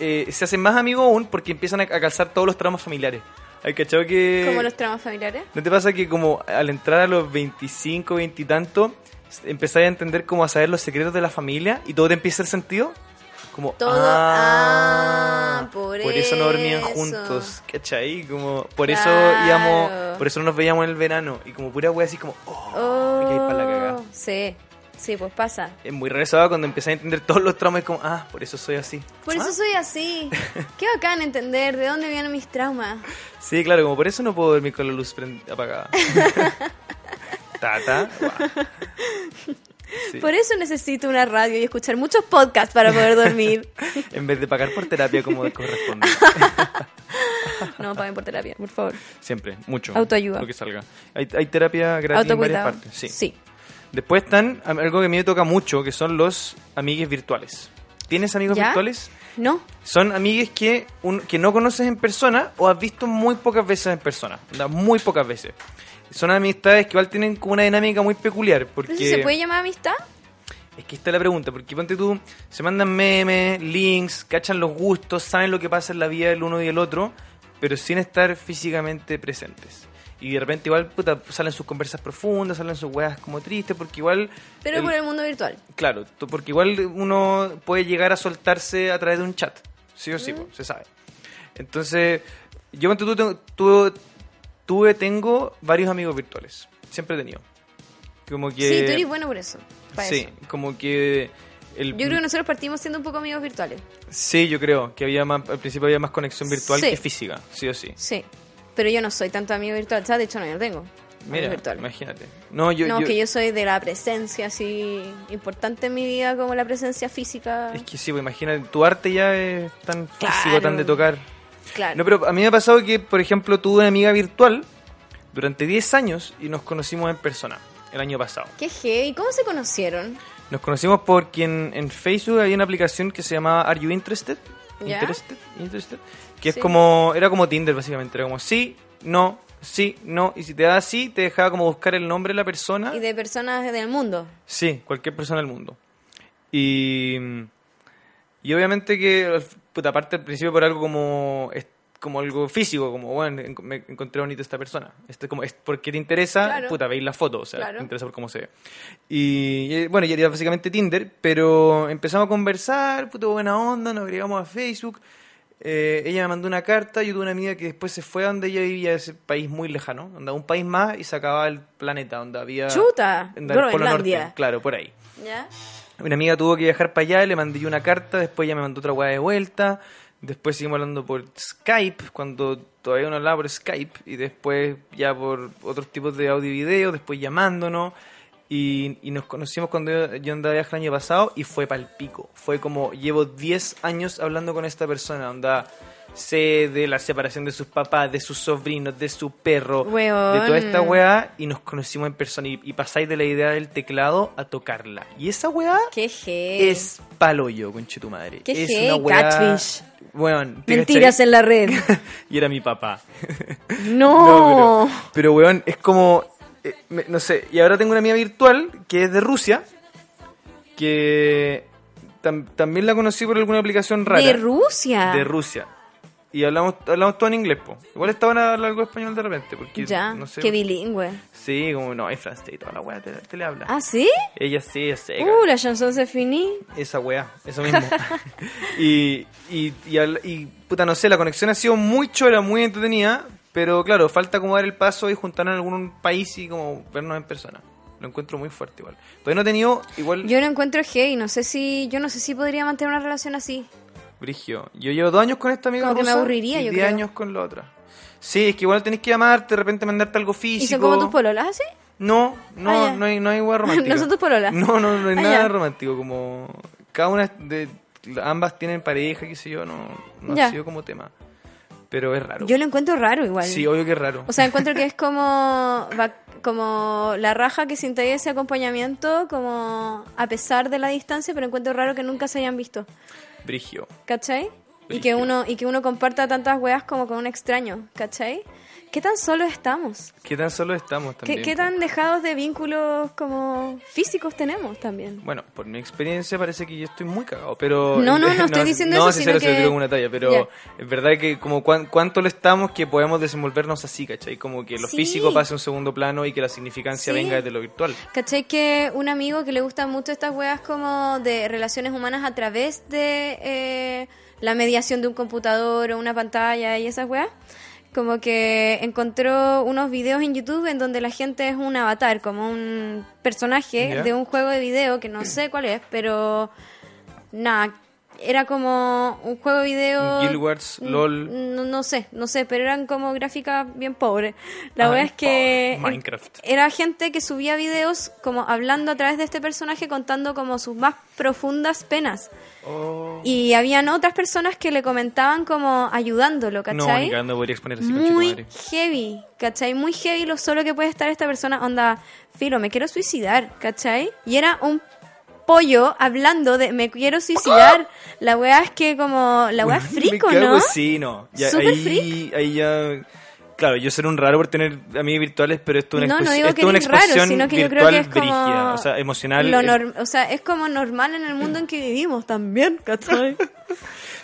Speaker 4: eh, se hacen más amigos aún porque empiezan a, a calzar todos los traumas familiares. Hay cachado que.
Speaker 3: Como los tramos familiares.
Speaker 4: ¿No te pasa que como al entrar a los 25, 20 y tanto, s- empezáis a entender como a saber los secretos de la familia y todo te empieza a hacer sentido? Como,
Speaker 3: Todo-
Speaker 4: ah,
Speaker 3: ah, por
Speaker 4: eso no dormían
Speaker 3: eso.
Speaker 4: juntos, ¿cachai? Como, por eso
Speaker 3: Claro.
Speaker 4: íbamos, por eso no nos veíamos en el verano. Y como pura wea así como, oh, que hay para la cagada.
Speaker 3: Oh, sí, sí, pues pasa.
Speaker 4: Es muy regresado cuando empiezas a entender todos los traumas y como, ah, por eso soy así.
Speaker 3: Por
Speaker 4: Ah,
Speaker 3: eso soy así. Qué bacán entender de dónde vienen mis traumas.
Speaker 4: Sí, claro, como por eso no puedo dormir con la luz prend- apagada. Tata, guau. Sí.
Speaker 3: Por eso necesito una radio y escuchar muchos podcasts para poder dormir.
Speaker 4: En vez de pagar por terapia como corresponde.
Speaker 3: No paguen por terapia, por favor.
Speaker 4: Siempre, mucho.
Speaker 3: Autoayuda.
Speaker 4: Lo que salga. Hay, hay terapia gratis en varias
Speaker 3: Autocuidado.
Speaker 4: partes. Sí. Después están am- algo que a mí me toca mucho, que son los amigues virtuales. ¿Tienes amigos
Speaker 3: ¿Ya?
Speaker 4: virtuales?
Speaker 3: ¿No?
Speaker 4: Son amigues que, un- que no conoces en persona o has visto muy pocas veces en persona. Onda, Muy pocas veces. Son amistades que igual tienen como una dinámica muy peculiar. Porque...
Speaker 3: ¿Pero eso se puede llamar amistad?
Speaker 4: Es que esta es la pregunta, porque ponte tú, se mandan memes, links, cachan los gustos, saben lo que pasa en la vida del uno y el otro, pero sin estar físicamente presentes. Y de repente igual puta, salen sus conversas profundas, salen sus weas como tristes, porque igual...
Speaker 3: Pero
Speaker 4: el-
Speaker 3: por el mundo virtual.
Speaker 4: Claro, tú- porque igual uno puede llegar a soltarse a través de un chat, sí o sí, po, se sabe. Entonces, yo ponte tú, tengo- tuve, tuve- tengo varios amigos virtuales, siempre he tenido. Como que...
Speaker 3: Sí, tú eres bueno por eso. para
Speaker 4: Sí,
Speaker 3: eso.
Speaker 4: como que... El,
Speaker 3: Yo creo que nosotros partimos siendo un poco amigos virtuales.
Speaker 4: Sí, yo creo que había más, al principio había más conexión virtual
Speaker 3: Sí.
Speaker 4: que física, sí o sí.
Speaker 3: Sí. Pero yo no soy tanto amigo virtual. O sea, de hecho, no, yo no tengo. amigos
Speaker 4: Mira,
Speaker 3: virtuales.
Speaker 4: imagínate. No, yo,
Speaker 3: no,
Speaker 4: yo-
Speaker 3: que yo soy de la presencia así importante en mi vida como la presencia física.
Speaker 4: es que sí, pues, imagínate, tu arte ya es tan físico,
Speaker 3: Claro.
Speaker 4: tan de tocar.
Speaker 3: Claro.
Speaker 4: No, pero a mí me ha pasado que, por ejemplo, tuve una amiga virtual durante 10 años y nos conocimos en persona el año pasado.
Speaker 3: Qué gay. ¿Cómo se conocieron?
Speaker 4: Nos conocimos porque en, en Facebook había una aplicación que se llamaba Are You Interested?
Speaker 3: ¿Ya?
Speaker 4: Interested, Interested, que
Speaker 3: Sí.
Speaker 4: es como era como Tinder básicamente, era como sí, no, sí, no y si te daba sí te dejaba como buscar el nombre de la persona.
Speaker 3: Y de personas del mundo.
Speaker 4: Sí, cualquier persona del mundo. Y, y obviamente que, puta, aparte al principio por algo como, est- como algo físico, como, bueno, en- me encontré bonito esta persona. Este, como, es porque te interesa,
Speaker 3: Claro.
Speaker 4: puta, veis la foto, o sea,
Speaker 3: Claro.
Speaker 4: te interesa por cómo se ve. Y eh, bueno, y era básicamente Tinder, pero empezamos a conversar, puta, buena onda, nos agregamos a Facebook. Eh, ella me mandó una carta, yo tuve una amiga que después se fue a donde ella vivía, a ese país muy lejano, andaba un país más y se acababa el planeta, donde había...
Speaker 3: Chuta,
Speaker 4: onda, el Polo
Speaker 3: Groenlandia.
Speaker 4: Norte, claro, por ahí.
Speaker 3: ¿Ya?
Speaker 4: Una amiga tuvo que viajar para allá, le mandé yo una carta, después ella me mandó otra weá de vuelta, después seguimos hablando por Skype, cuando todavía uno hablaba por Skype, y después ya por otros tipos de audio y video, después llamándonos, y, y nos conocimos cuando yo, yo andaba de viaje el año pasado, y fue pal pico. Fue como, llevo 10 años hablando con esta persona, onda... Sé de la separación de sus papás, de sus sobrinos, de su perro, de toda esta
Speaker 3: Weón.
Speaker 4: weá, y nos conocimos en persona. Y, y pasáis de la idea del teclado a tocarla. Y esa weá
Speaker 3: Qué gay.
Speaker 4: es paloyo, conche tu madre.
Speaker 3: Eh, Qué
Speaker 4: es
Speaker 3: gay,
Speaker 4: una weá-
Speaker 3: catfish.
Speaker 4: Weón, ¿te
Speaker 3: Mentiras
Speaker 4: cachai?
Speaker 3: en la red.
Speaker 4: Y era mi papá.
Speaker 3: No.
Speaker 4: pero, pero, weón, es como. eh, me- no sé. Y ahora tengo una amiga virtual que es de Rusia. Que tam- también la conocí por alguna aplicación rara.
Speaker 3: de Rusia.
Speaker 4: De Rusia. Y hablamos, hablamos todo en inglés, po. Igual estaban a hablar algo español de repente. Porque,
Speaker 3: ya,
Speaker 4: no sé,
Speaker 3: qué bilingüe.
Speaker 4: Sí, como no, es francés y toda la weá, te, te le habla.
Speaker 3: ¿Ah, sí?
Speaker 4: Ella sí, es seca.
Speaker 3: Uh, la chanson se finí.
Speaker 4: Esa weá, eso mismo. y, y, y, al- y, puta, no sé, la conexión ha sido muy chora, muy entretenida, pero claro, falta como dar el paso y juntarnos en algún país y como vernos en persona. Lo encuentro muy fuerte igual. Todavía no he tenido igual
Speaker 3: Yo no encuentro gay, no sé si yo no sé si podría mantener una relación así.
Speaker 4: brigio. Yo llevo dos años con esta amiga
Speaker 3: Como que me
Speaker 4: rusa
Speaker 3: aburriría,
Speaker 4: y
Speaker 3: yo
Speaker 4: diez
Speaker 3: creo.
Speaker 4: años con la otra. Sí, es que igual tenés que llamarte, de repente mandarte algo físico.
Speaker 3: ¿Y son como tus pololas así?
Speaker 4: No, no,
Speaker 3: Ah, ya.
Speaker 4: no hay, no hay hueá romántica.
Speaker 3: No son tus pololas.
Speaker 4: No, no, no hay
Speaker 3: Ah,
Speaker 4: nada
Speaker 3: ya.
Speaker 4: romántico. Como cada una de ambas tienen pareja, qué sé yo, no, no
Speaker 3: Ya.
Speaker 4: ha sido como tema. Pero es raro.
Speaker 3: Yo lo encuentro raro igual.
Speaker 4: Sí, obvio que es raro.
Speaker 3: O sea, encuentro que es como va- como la raja que sintió ese acompañamiento como a pesar de la distancia, pero encuentro raro que nunca se hayan visto.
Speaker 4: Brigio.
Speaker 3: ¿Cachai? Y que uno y que uno comparta tantas weas como con un extraño, ¿cachai? ¿Qué tan solos estamos?
Speaker 4: ¿Qué tan solo estamos también?
Speaker 3: ¿Qué, qué tan dejados de vínculos como físicos tenemos también?
Speaker 4: Bueno, por mi experiencia parece que yo estoy muy cagado, pero...
Speaker 3: No, no, no estoy diciendo
Speaker 4: no,
Speaker 3: eso,
Speaker 4: sí,
Speaker 3: sino
Speaker 4: cero, cero,
Speaker 3: que-
Speaker 4: digo como una talla, pero
Speaker 3: Ya.
Speaker 4: es verdad que como cuán- cuánto lo estamos que podemos desenvolvernos así, ¿cachai? Como que lo
Speaker 3: Sí.
Speaker 4: físico pase a un segundo plano y que la significancia
Speaker 3: Sí.
Speaker 4: venga desde lo virtual.
Speaker 3: ¿Cachai que un amigo que le gustan mucho estas weas como de relaciones humanas a través de eh, la mediación de un computador o una pantalla y esas weas? Como que encontró unos videos en YouTube en donde la gente es un avatar, como un personaje
Speaker 4: Ya.
Speaker 3: de un juego de video que no sé cuál es, pero nada, era como un juego de video...
Speaker 4: Guild Wars,
Speaker 3: Mm,
Speaker 4: LOL.
Speaker 3: No, no sé, no sé, pero eran como gráficas bien pobres. La
Speaker 4: Ay,
Speaker 3: verdad es que...
Speaker 4: pobre Minecraft.
Speaker 3: Era gente que subía videos como hablando a través de este personaje contando como sus más profundas penas.
Speaker 4: Oh.
Speaker 3: Y habían otras personas que le comentaban como ayudándolo,
Speaker 4: No,
Speaker 3: ¿cachai?
Speaker 4: ni cagando podría exponer así, conche tu
Speaker 3: Muy
Speaker 4: madre.
Speaker 3: heavy, ¿cachai? Muy heavy lo solo que puede estar esta persona. Onda, filo, me quiero suicidar, ¿cachai? Y era un pollo hablando de me quiero suicidar. La weá es que como, la weá es
Speaker 4: Me
Speaker 3: frico,
Speaker 4: cago-
Speaker 3: ¿no?
Speaker 4: Sí, no. Ya,
Speaker 3: Súper
Speaker 4: ahí, ahí ya. Claro, yo seré un raro por tener amigos virtuales, pero esto es una,
Speaker 3: No, no
Speaker 4: exposi-
Speaker 3: digo
Speaker 4: esto
Speaker 3: que
Speaker 4: es una
Speaker 3: eres raro,
Speaker 4: exposición
Speaker 3: sino que yo creo
Speaker 4: virtual
Speaker 3: que es como
Speaker 4: brígida, o sea, emocional.
Speaker 3: Lo
Speaker 4: es-
Speaker 3: norm- o sea, es como normal en el mundo en que vivimos también, ¿cachai?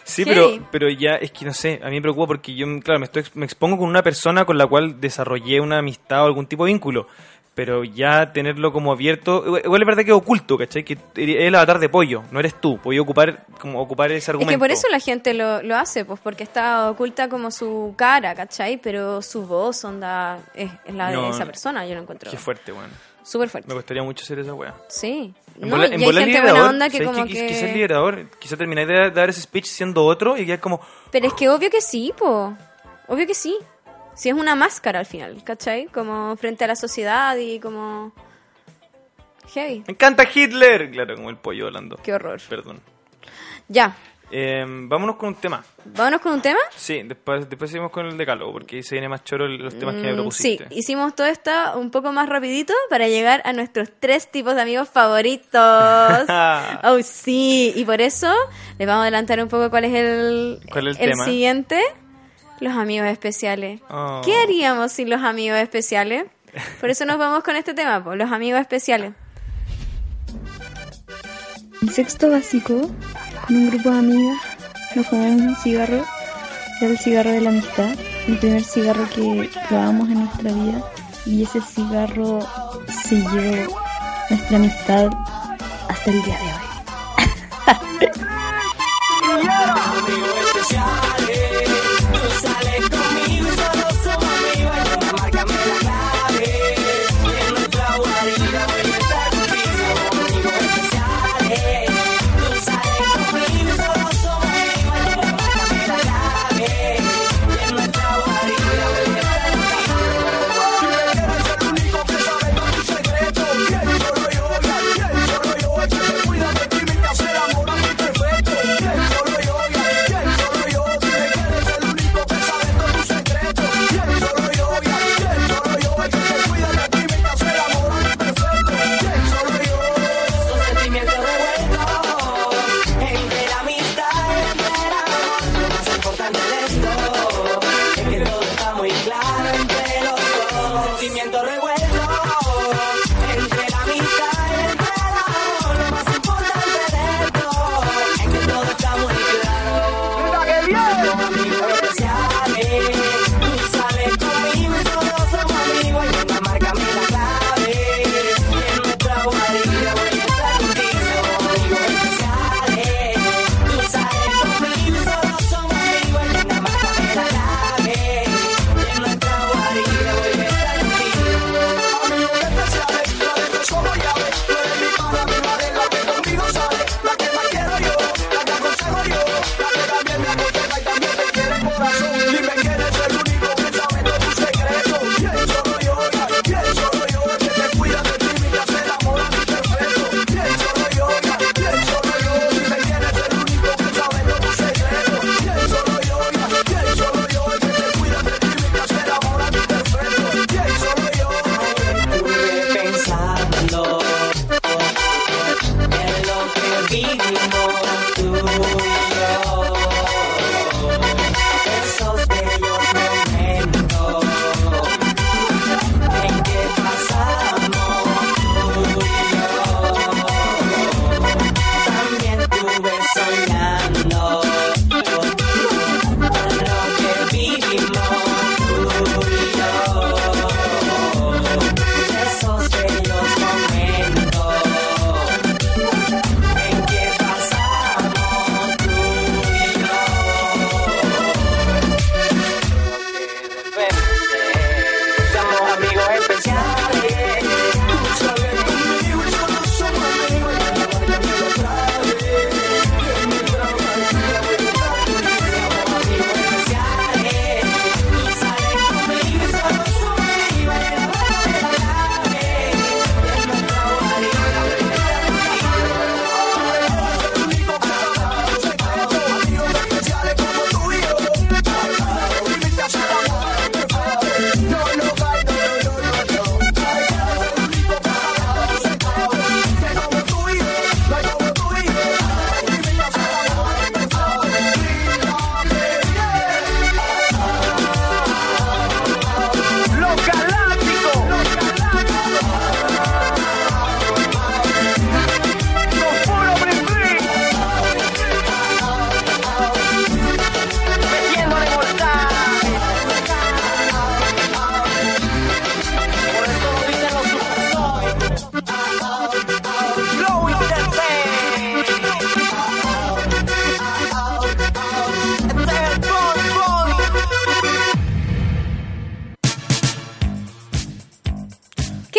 Speaker 4: sí,
Speaker 3: ok.
Speaker 4: pero, pero ya es que no sé, a mí me preocupa porque yo, claro, me, estoy, ex- me expongo con una persona con la cual desarrollé una amistad o algún tipo de vínculo. Pero ya tenerlo como abierto, igual- igual es verdad que es oculto, ¿cachai? Que es el avatar de pollo, no eres tú. Podía ocupar, como ocupar ese
Speaker 3: es
Speaker 4: argumento.
Speaker 3: que por eso la gente lo, lo hace, pues porque está oculta como su cara, ¿cachai? Pero su voz, onda, es, es la
Speaker 4: No,
Speaker 3: de esa persona, yo lo encuentro
Speaker 4: Qué fuerte, bueno.
Speaker 3: súper fuerte.
Speaker 4: Me gustaría mucho ser esa wea.
Speaker 3: Sí.
Speaker 4: En
Speaker 3: No,
Speaker 4: bola-
Speaker 3: y
Speaker 4: en
Speaker 3: hay
Speaker 4: bola
Speaker 3: gente
Speaker 4: liberador,
Speaker 3: buena onda que
Speaker 4: ¿sabes
Speaker 3: como
Speaker 4: qué?
Speaker 3: que...
Speaker 4: Quizás liberador, quizás termináis de dar ese speech siendo otro y ya es como,
Speaker 3: Pero es que obvio que sí, po. Obvio que sí. Si es una máscara al final, ¿cachai? Como frente a la sociedad y como... Heavy.
Speaker 4: ¡me encanta Hitler! Claro, como el pollo hablando.
Speaker 3: Qué horror.
Speaker 4: Perdón.
Speaker 3: Ya.
Speaker 4: Eh, vámonos con un tema.
Speaker 3: ¿Vámonos con un tema?
Speaker 4: Sí, después, después seguimos con el decálogo, porque ahí se viene más choro el- los temas que me
Speaker 3: Mm, Sí,
Speaker 4: propusiste.
Speaker 3: hicimos todo esto un poco más rapidito para llegar a nuestros tres tipos de amigos favoritos. oh, sí. Y por eso les vamos a adelantar un poco cuál es el,
Speaker 4: ¿Cuál es el tema?
Speaker 3: siguiente. Los amigos especiales.
Speaker 4: Oh.
Speaker 3: ¿Qué haríamos sin los amigos especiales? Por eso nos vamos con este tema, po, los amigos especiales.
Speaker 7: En sexto básico, con un grupo de amigas, nos fumamos un cigarro,
Speaker 8: especial el cigarro de la amistad, el primer cigarro que probamos en nuestra vida. Y ese cigarro selló nuestra amistad hasta el día de hoy.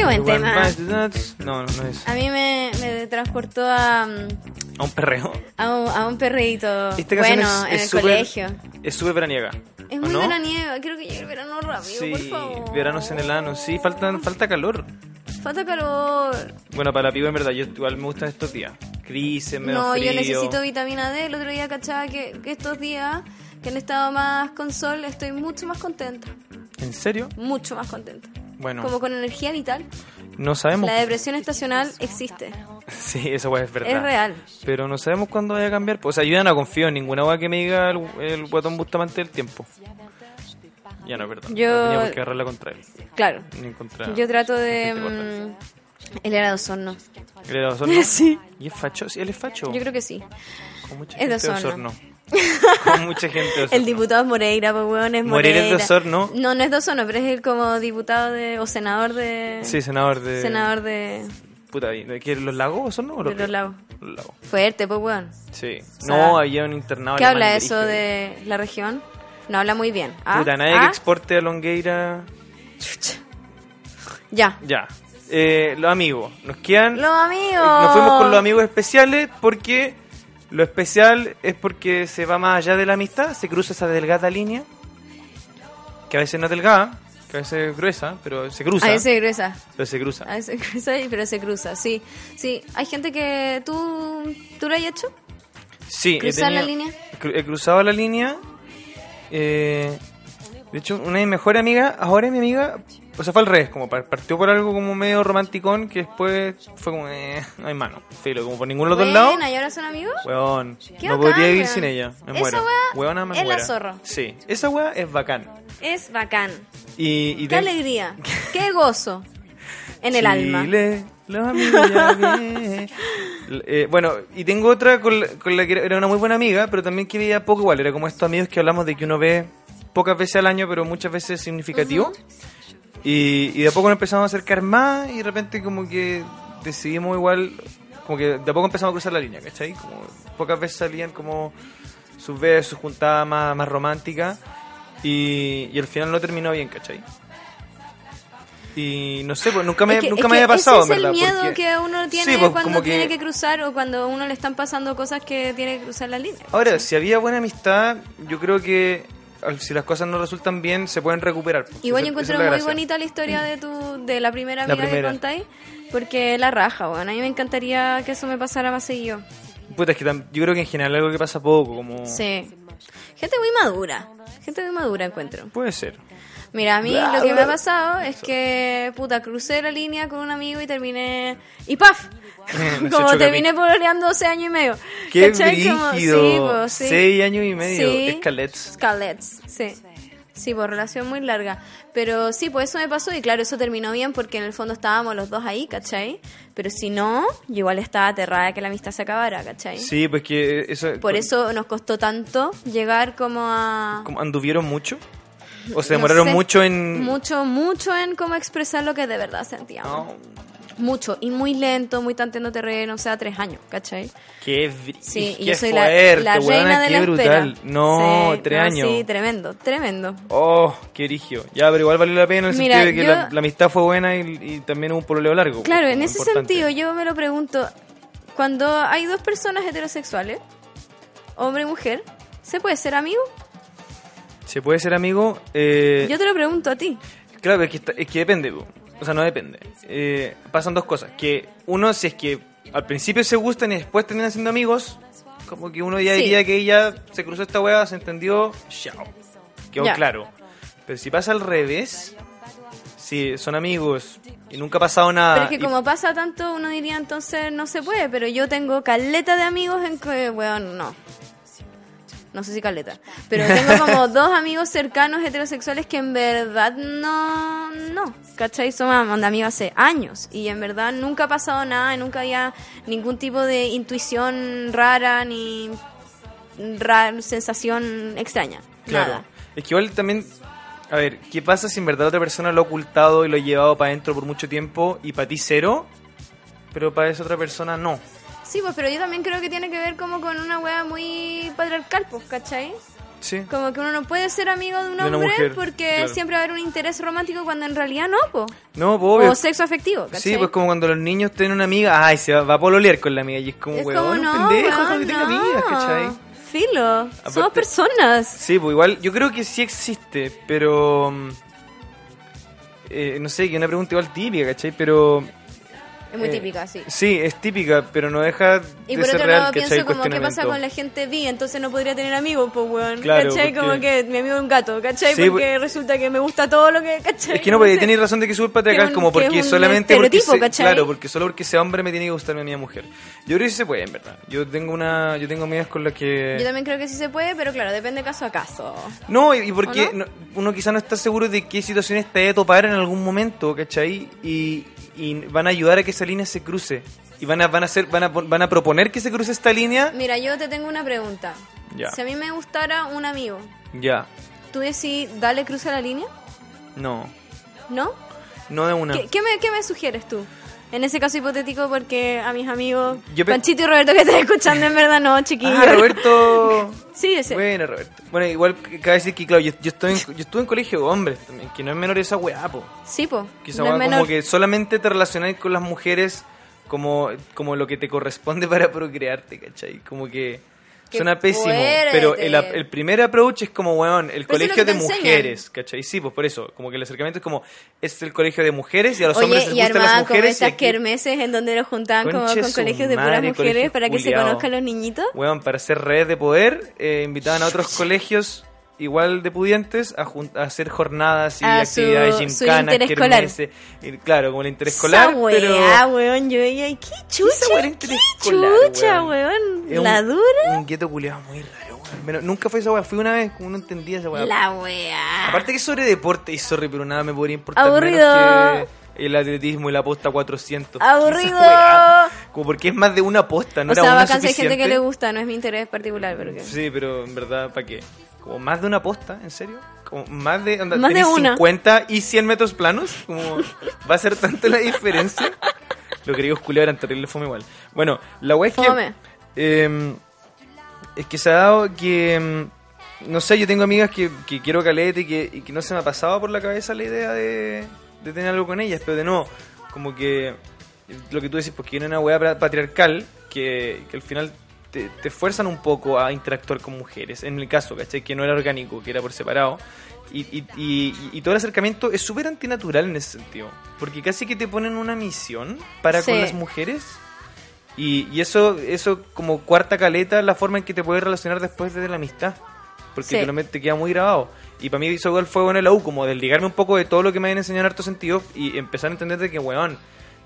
Speaker 9: Este Qué buen tema.
Speaker 4: No, no, no es.
Speaker 3: Ah.
Speaker 9: A mí me, me transportó a, mm,
Speaker 4: A un perreo.
Speaker 9: a un, a un perrito
Speaker 4: Esta canción
Speaker 9: bueno
Speaker 4: Este es-
Speaker 9: en
Speaker 4: es
Speaker 9: el
Speaker 4: súper-
Speaker 9: colegio.
Speaker 4: Es súper veraniega.
Speaker 9: Es
Speaker 4: ¿o
Speaker 9: muy
Speaker 4: no?
Speaker 9: veraniega, quiero que llegue el verano rápido,
Speaker 4: Sí,
Speaker 9: por favor.
Speaker 4: veranos en el ano. Sí, falta, falta calor.
Speaker 9: Falta calor.
Speaker 4: Bueno, para la piba, en verdad, yo igual me gustan estos días. Grises, menos
Speaker 9: No,
Speaker 4: frío.
Speaker 9: yo necesito vitamina D. El otro día cachaba que, que estos días que han estado más con sol, estoy mucho más contenta.
Speaker 4: ¿En serio?
Speaker 9: Mucho más contenta.
Speaker 4: Bueno.
Speaker 9: Como con energía vital.
Speaker 4: No sabemos.
Speaker 9: La depresión estacional existe.
Speaker 4: Sí, esa weá es verdad.
Speaker 9: Es real.
Speaker 4: Pero no sabemos cuándo vaya a cambiar. pues, O sea, yo ya no confío en ninguna weá que me diga el, el guatón bustamante del tiempo. Ya no, perdón.
Speaker 9: Yo-
Speaker 4: No tenía por qué agarrarla contra él.
Speaker 9: Claro.
Speaker 4: Ni contra...
Speaker 9: Yo trato de.
Speaker 4: Gente corta.
Speaker 9: mm, el era de osorno.
Speaker 4: ¿Él era de Osorno?
Speaker 9: Sí.
Speaker 4: ¿Y es facho? Sí, él es facho.
Speaker 9: Yo creo que sí.
Speaker 4: Con mucha
Speaker 9: Es de
Speaker 4: gente de
Speaker 9: Osorno.
Speaker 4: Osorno. Con mucha gente. de
Speaker 3: El
Speaker 4: Osorno.
Speaker 3: diputado Moreira, pues weón, es Moreira.
Speaker 4: Moreira es de Osorno.
Speaker 3: No, no es de Osorno, pero es el como diputado de, o senador de...
Speaker 4: Sí, senador de.
Speaker 3: Senador de,
Speaker 4: Puta, ¿de qué? ¿Los lagos Osorno o los
Speaker 3: de los lagos.
Speaker 4: Los lagos.
Speaker 3: Fuerte, pues weón.
Speaker 4: Sí.
Speaker 3: sea,
Speaker 4: no, había un internado.
Speaker 3: ¿Qué habla
Speaker 4: alemán,
Speaker 3: eso
Speaker 4: brígido.
Speaker 3: de la región? No habla muy bien. ¿Ah?
Speaker 4: Puta, nadie
Speaker 3: ¿Ah?
Speaker 4: que exporte a Longueira.
Speaker 3: Ya.
Speaker 4: Ya. Eh, los amigos. Nos quedan. eh,
Speaker 3: Los amigos.
Speaker 4: Nos fuimos con los amigos especiales porque lo especial es porque se va más allá de la amistad, se cruza esa delgada línea, que a veces no es delgada, que a veces es gruesa, pero se cruza.
Speaker 3: A veces gruesa.
Speaker 4: Pero se cruza.
Speaker 3: A veces cruza, y- pero se cruza, sí. Sí, hay gente que tú, tú lo has hecho.
Speaker 4: Sí, he
Speaker 3: ¿Cruzar la
Speaker 4: tenido-
Speaker 3: línea?
Speaker 4: cru- He cruzado la línea. eh, de hecho, una de mis mejores amigas, ahora es mi amiga, o sea, fue al revés, como par- partió por algo como medio romanticón que después fue como, eh, no hay mano, filo, como por ninguno de los dos lados.
Speaker 3: Buena, ¿y ahora son amigos?
Speaker 4: Weón,
Speaker 3: Qué
Speaker 4: no
Speaker 3: bacán,
Speaker 4: podría vivir
Speaker 3: weón.
Speaker 4: sin ella. Me
Speaker 3: Esa
Speaker 4: muero.
Speaker 3: weá
Speaker 4: Weona, me
Speaker 3: es la
Speaker 4: muera.
Speaker 3: zorra.
Speaker 4: Sí, esa weá es bacán.
Speaker 3: Es bacán.
Speaker 4: Y,
Speaker 3: Qué
Speaker 4: y de-
Speaker 3: alegría. Qué gozo. En el alma.
Speaker 4: Chile, los amigos ya ven. L- eh, bueno, y tengo otra con la, con la que era una muy buena amiga, pero también que veía poco igual. Era como estos amigos que hablamos de que uno ve pocas veces al año, pero muchas veces significativo. y, y de a poco nos empezamos a acercar más y de repente como que decidimos igual, como que de a poco empezamos a cruzar la línea, ¿cachai? Como pocas veces salían como sus veces, sus juntadas más, más románticas y, y al final no terminó bien, ¿cachai? Y no sé, pues nunca me,
Speaker 3: Es que-
Speaker 4: nunca
Speaker 3: es
Speaker 4: me
Speaker 3: que
Speaker 4: había pasado,
Speaker 3: ese es
Speaker 4: ¿verdad?
Speaker 3: el miedo
Speaker 4: Porque-
Speaker 3: que uno tiene
Speaker 4: Sí, pues,
Speaker 3: cuando
Speaker 4: como que-
Speaker 3: tiene que cruzar o cuando a uno le están pasando cosas que tiene que cruzar la línea.
Speaker 4: Ahora, si había buena amistad, yo creo que al- si las cosas no resultan bien, se pueden recuperar.
Speaker 3: Igual
Speaker 4: pues. Esa-
Speaker 3: yo
Speaker 4: esa
Speaker 3: encuentro
Speaker 4: es la
Speaker 3: muy
Speaker 4: gracia. Mm.
Speaker 3: bonita la historia de tu de la primera
Speaker 4: La
Speaker 3: amiga
Speaker 4: primera.
Speaker 3: que contáis, porque la raja, bueno, a mí me encantaría que eso me pasara más seguido.
Speaker 4: Puta, es que tam- yo creo que en general algo que pasa poco, como...
Speaker 3: Sí. Gente muy madura, gente muy madura encuentro.
Speaker 4: Puede ser.
Speaker 3: Mira, a mí lo que me ha pasado es que, puta, crucé la línea con un amigo y terminé... ¡Y paf!
Speaker 4: Me
Speaker 3: Como
Speaker 4: se choca
Speaker 3: terminé pololeando 12 años y medio.
Speaker 4: ¡Qué
Speaker 3: ¿Cachai? Como- sí,
Speaker 4: brígido!
Speaker 3: pues, sí.
Speaker 4: Seis años y medio.
Speaker 3: Sí.
Speaker 4: Escalets.
Speaker 3: Scalets, sí. Sí, por relación muy larga. Pero sí, pues eso me pasó y claro, eso terminó bien porque en el fondo estábamos los dos ahí, ¿cachai? Pero si no, yo igual estaba aterrada que la amistad se acabara, ¿cachai?
Speaker 4: Sí, pues que eso...
Speaker 3: Por eso nos costó tanto llegar como a...
Speaker 4: como ¿Anduvieron mucho? ¿O se
Speaker 3: no
Speaker 4: demoraron
Speaker 3: sé,
Speaker 4: mucho en...?
Speaker 3: Mucho, mucho en cómo expresar lo que de verdad sentíamos.
Speaker 4: No,
Speaker 3: Mucho, y muy lento, muy tanteando terreno, o sea, tres años, ¿cachai?
Speaker 4: ¡Qué, br-
Speaker 3: Sí, y
Speaker 4: qué
Speaker 3: yo soy la,
Speaker 4: fuerte,
Speaker 3: la
Speaker 4: weona,
Speaker 3: reina de
Speaker 4: ¡Qué
Speaker 3: la
Speaker 4: brutal!
Speaker 3: espera.
Speaker 4: No,
Speaker 3: Sí,
Speaker 4: tres
Speaker 3: no,
Speaker 4: años.
Speaker 3: Sí, tremendo, tremendo.
Speaker 4: Oh, qué rigio. Ya, pero igual vale la pena en el
Speaker 3: Mira,
Speaker 4: sentido de que
Speaker 3: yo-
Speaker 4: la, la amistad fue buena y, y también hubo un pololeo largo.
Speaker 3: Claro,
Speaker 4: pues,
Speaker 3: en
Speaker 4: como
Speaker 3: ese
Speaker 4: importante.
Speaker 3: sentido yo me lo pregunto, cuando hay dos personas heterosexuales, hombre y mujer, ¿se puede ser amigo?
Speaker 4: ¿Se puede ser amigo? Eh,
Speaker 3: Yo te lo pregunto a ti.
Speaker 4: Claro, pero es que, está- es que depende. po. O sea, no depende. Eh, pasan dos cosas. Que uno, si es que al principio se gustan y después terminan siendo amigos, como que uno ya
Speaker 3: Sí.
Speaker 4: diría que ella se cruzó esta hueá, se entendió, chao. Quedó
Speaker 3: Ya.
Speaker 4: claro. Pero si pasa al revés, si son amigos y nunca ha pasado nada.
Speaker 3: Pero es que
Speaker 4: Ah, y-
Speaker 3: como pasa tanto, uno diría entonces no se puede, pero yo tengo caleta de amigos en que, weón, no. No sé si caleta. Pero tengo como dos amigos cercanos heterosexuales que en verdad no, no. ¿Cachai? Somos onda, amigos hace años. Y en verdad nunca ha pasado nada, y nunca había ningún tipo de intuición rara ni ra- sensación extraña.
Speaker 4: Claro.
Speaker 3: Nada.
Speaker 4: Es que igual también. A ver, ¿qué pasa si en verdad otra persona lo ha ocultado y lo ha llevado para adentro por mucho tiempo y para ti cero, pero para esa otra persona no?
Speaker 3: Sí, pues, pero yo también creo que tiene que ver como con una wea muy patriarcal, pues, ¿cachai?
Speaker 4: Sí.
Speaker 3: Como que uno no puede ser amigo de un
Speaker 4: De una
Speaker 3: hombre
Speaker 4: mujer,
Speaker 3: porque
Speaker 4: claro.
Speaker 3: siempre va a haber un interés romántico cuando en realidad no, po.
Speaker 4: No, pues, obvio.
Speaker 3: O sexo afectivo, ¿cachai?
Speaker 4: Sí, pues como cuando los niños tienen una amiga, ay, se va, va a pololear con la amiga y es como,
Speaker 3: Es como,
Speaker 4: weón,
Speaker 3: no,
Speaker 4: un pendejo,
Speaker 3: weón,
Speaker 4: como que tenga
Speaker 3: no.
Speaker 4: amigas, ¿cachai?
Speaker 3: Filo, somos
Speaker 4: Aparte-
Speaker 3: personas.
Speaker 4: Sí, pues igual, yo creo que sí existe, pero. mm, eh, no sé, que es una pregunta igual típica, ¿cachai? Pero.
Speaker 3: Es muy
Speaker 4: eh,
Speaker 3: típica, sí.
Speaker 4: Sí, es típica, pero no deja
Speaker 3: Y
Speaker 4: de
Speaker 3: por
Speaker 4: ser
Speaker 3: otro
Speaker 4: real,
Speaker 3: lado
Speaker 4: ¿cachai? El
Speaker 3: pienso como qué pasa
Speaker 4: cuestionamiento.
Speaker 3: con la gente bi, entonces no podría tener amigos, po, weón.
Speaker 4: Claro,
Speaker 3: ¿Cachai? Como
Speaker 4: porque-
Speaker 3: que mi amigo es un gato, ¿cachai?
Speaker 4: Sí, pues,
Speaker 3: porque resulta que me gusta todo lo que, ¿cachai?
Speaker 4: Es que no, pero ahí
Speaker 3: sé.
Speaker 4: tenéis razón de que es súper
Speaker 3: Que
Speaker 4: patriarcal,
Speaker 3: un-
Speaker 4: como
Speaker 3: que es
Speaker 4: porque
Speaker 3: un
Speaker 4: solamente porque
Speaker 3: estereotipo,
Speaker 4: se-
Speaker 3: ¿cachai?
Speaker 4: claro, porque solo porque sea hombre me tiene que gustar mi amiga mujer. Yo creo que sí se puede, en verdad. Yo tengo una, yo tengo amigas con las que
Speaker 3: Yo también creo que sí se puede, pero claro, depende caso a caso.
Speaker 4: no, y y porque
Speaker 3: ¿O no?
Speaker 4: no- uno quizá no está seguro de qué situaciones te va a topar en algún momento, ¿cachai? Y, y van a ayudar a que esa línea se cruce. Y van a, van a hacer, van a, pon- van a proponer que se cruce esta línea.
Speaker 3: Mira, yo te tengo una pregunta.
Speaker 4: Ya.
Speaker 3: Si a mí me gustara un amigo,
Speaker 4: Ya.
Speaker 3: ¿tú decís, dale, cruza la línea?
Speaker 4: No.
Speaker 3: ¿No?
Speaker 4: No de una.
Speaker 3: ¿Qué, qué me, qué me sugieres tú? En ese caso hipotético, porque a mis amigos,
Speaker 4: Yo pe-
Speaker 3: Panchito y Roberto que están escuchando, en verdad no, chiquillos.
Speaker 4: Ah, Roberto.
Speaker 3: Sí, ese.
Speaker 4: Bueno, Roberto. Bueno, igual que- cabe decir que, claro, yo, yo, estoy en, yo estuve en colegio de hombres también, que no es menor esa weá, po.
Speaker 3: Sí, po.
Speaker 4: Que esa
Speaker 3: No es
Speaker 4: weá
Speaker 3: menor.
Speaker 4: como que solamente te relacionáis con las mujeres como, como lo que te corresponde para procrearte, ¿cachai? Como que
Speaker 3: Qué
Speaker 4: suena pésimo,
Speaker 3: fuerte.
Speaker 4: pero el, ap- el primer approach es como, weón,
Speaker 3: Pero eso
Speaker 4: el
Speaker 3: es
Speaker 4: colegio
Speaker 3: lo que
Speaker 4: de
Speaker 3: te enseñan.
Speaker 4: mujeres, ¿cachai? Sí, pues por eso, como que el acercamiento es como, es el colegio de mujeres y a los hombres
Speaker 3: Oye,
Speaker 4: les
Speaker 3: y
Speaker 4: gustan las
Speaker 3: armaban como
Speaker 4: mujeres. y
Speaker 3: estas
Speaker 4: aquí-
Speaker 3: kermeses en donde los juntaban como
Speaker 4: Conche
Speaker 3: con
Speaker 4: su
Speaker 3: colegios de puras
Speaker 4: madre,
Speaker 3: mujeres
Speaker 4: colegio
Speaker 3: para que se
Speaker 4: culiao.
Speaker 3: conozcan los niñitos.
Speaker 4: Weón, para hacer redes de poder, eh, invitaban a otros colegios igual de pudientes a, jun- a hacer jornadas y
Speaker 3: A su-
Speaker 4: actividades
Speaker 3: su
Speaker 4: gimcanas,
Speaker 3: interescolar.
Speaker 4: kermeses, y claro, como el interescolar,
Speaker 3: Esa
Speaker 4: pero
Speaker 3: weá, weón, yo veía, y qué chucha,
Speaker 4: Esa weá era
Speaker 3: qué
Speaker 4: interescolar,
Speaker 3: chucha,
Speaker 4: weón.
Speaker 3: weón,
Speaker 4: es un-
Speaker 3: la dura,
Speaker 4: Un gueto culiado muy raro, weón. Bueno, nunca fue esa weá, fui una vez, como no entendía esa weá.
Speaker 3: la weá.
Speaker 4: Aparte que sobre deporte, y sorry, pero nada me podría importar
Speaker 3: Aburrido.
Speaker 4: menos que el atletismo y la posta 400.
Speaker 3: Aburrido.
Speaker 4: Esa weá, Como porque es más de una posta, no
Speaker 3: o
Speaker 4: era
Speaker 3: sea,
Speaker 4: una
Speaker 3: vacancia hay gente que
Speaker 4: suficiente.
Speaker 3: le gusta, no es mi interés particular, pero que...
Speaker 4: Sí, pero en verdad, ¿para qué? ¿Como más de una posta? ¿En serio? ¿Como más de, onda,
Speaker 3: Más de
Speaker 4: tenés
Speaker 3: una.
Speaker 4: 50 y 100 metros planos? Como, ¿Va a ser tanta la diferencia? Los griegos culiados eran terribles, fome igual. Bueno, la wea es
Speaker 3: Fome.
Speaker 4: que... em, es que se ha dado que... em, no sé, yo tengo amigas que, que quiero caleta y que, y que no se me ha pasado por la cabeza la idea de, de tener algo con ellas, pero de nuevo, como que lo que tú decís, porque viene una weá pra- patriarcal que, que al final te, te fuerzan un poco a interactuar con mujeres, en el caso, ¿cachai? Que no era orgánico, que era por separado. Y, y, y- y todo el acercamiento es súper antinatural en ese sentido, porque casi que te ponen una misión para
Speaker 3: Sí.
Speaker 4: con las mujeres. Y, y eso, eso como cuarta caleta, la forma en que te puedes relacionar después de la amistad. Porque
Speaker 3: Sí.
Speaker 4: te, lo met- te queda muy grabado. Y para mí eso igual fue bueno en la U, como desligarme un poco de todo lo que me habían enseñado en harto sentido y empezar a entender de que, weón,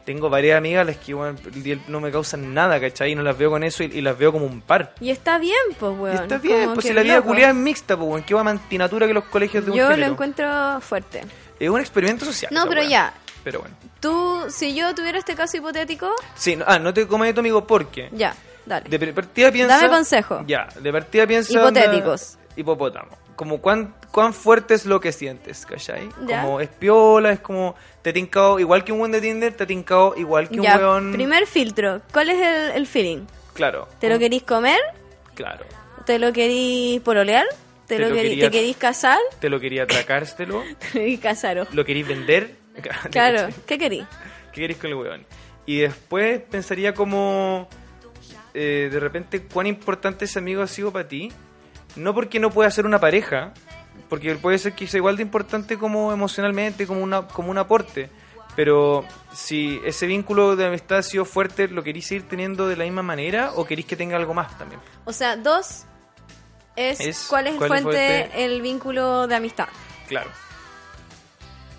Speaker 4: tengo varias amigas a las que weón, el día no me causan nada, ¿cachai? Y no las veo con eso y, y las veo como un par.
Speaker 3: Y está bien, pues,
Speaker 4: Y
Speaker 3: weón.
Speaker 4: está bien,
Speaker 3: como
Speaker 4: pues
Speaker 3: que
Speaker 4: si la vida
Speaker 3: loco.
Speaker 4: culiada es mixta, pues, weón, qué va mantinatura que los colegios de un
Speaker 3: Yo lo
Speaker 4: género.
Speaker 3: encuentro fuerte.
Speaker 4: Es un experimento social.
Speaker 3: No,
Speaker 4: la
Speaker 3: pero
Speaker 4: weá.
Speaker 3: ya.
Speaker 4: Pero bueno.
Speaker 3: Tú, si yo tuviera este caso hipotético,
Speaker 4: Sí, no, ah, no te comas de tu amigo porque.
Speaker 3: ya, dale.
Speaker 4: De per- partida piensa.
Speaker 3: Dame consejo.
Speaker 4: Ya, de partida piensa.
Speaker 3: Hipotéticos.
Speaker 4: onda, Hipopótamo. Como cuán, cuán fuerte es lo que sientes, ¿cachai?
Speaker 3: Ya.
Speaker 4: Como es piola, es como. Te ha tincado igual que un weón de Tinder, te ha tincado igual que un
Speaker 3: ya,
Speaker 4: weón.
Speaker 3: primer filtro, ¿cuál es el, el feeling?
Speaker 4: Claro.
Speaker 3: ¿Te lo querís comer?
Speaker 4: Claro.
Speaker 3: ¿Te lo querís pololear? ¿Te, lo, querís,
Speaker 4: quería-
Speaker 3: ¿Te querís casar?
Speaker 4: Te lo quería atracártelo.
Speaker 3: ¿Te querís casar? ojo.
Speaker 4: lo querís vender.
Speaker 3: Claro, ¿qué querís?
Speaker 4: ¿Qué querés con el weón? Y después pensaría como... eh, de repente, cuán importante ese amigo ha sido para ti. No porque no pueda ser una pareja, porque él puede ser que sea igual de importante como emocionalmente, como, una, como un aporte. Pero si ese vínculo de amistad ha sido fuerte, ¿lo querís seguir teniendo de la misma manera o querís que tenga algo más también?
Speaker 3: O sea, dos es,
Speaker 4: Es
Speaker 3: cuál es
Speaker 4: cuál es
Speaker 3: fuente
Speaker 4: fuerte.
Speaker 3: el vínculo de amistad.
Speaker 4: Claro.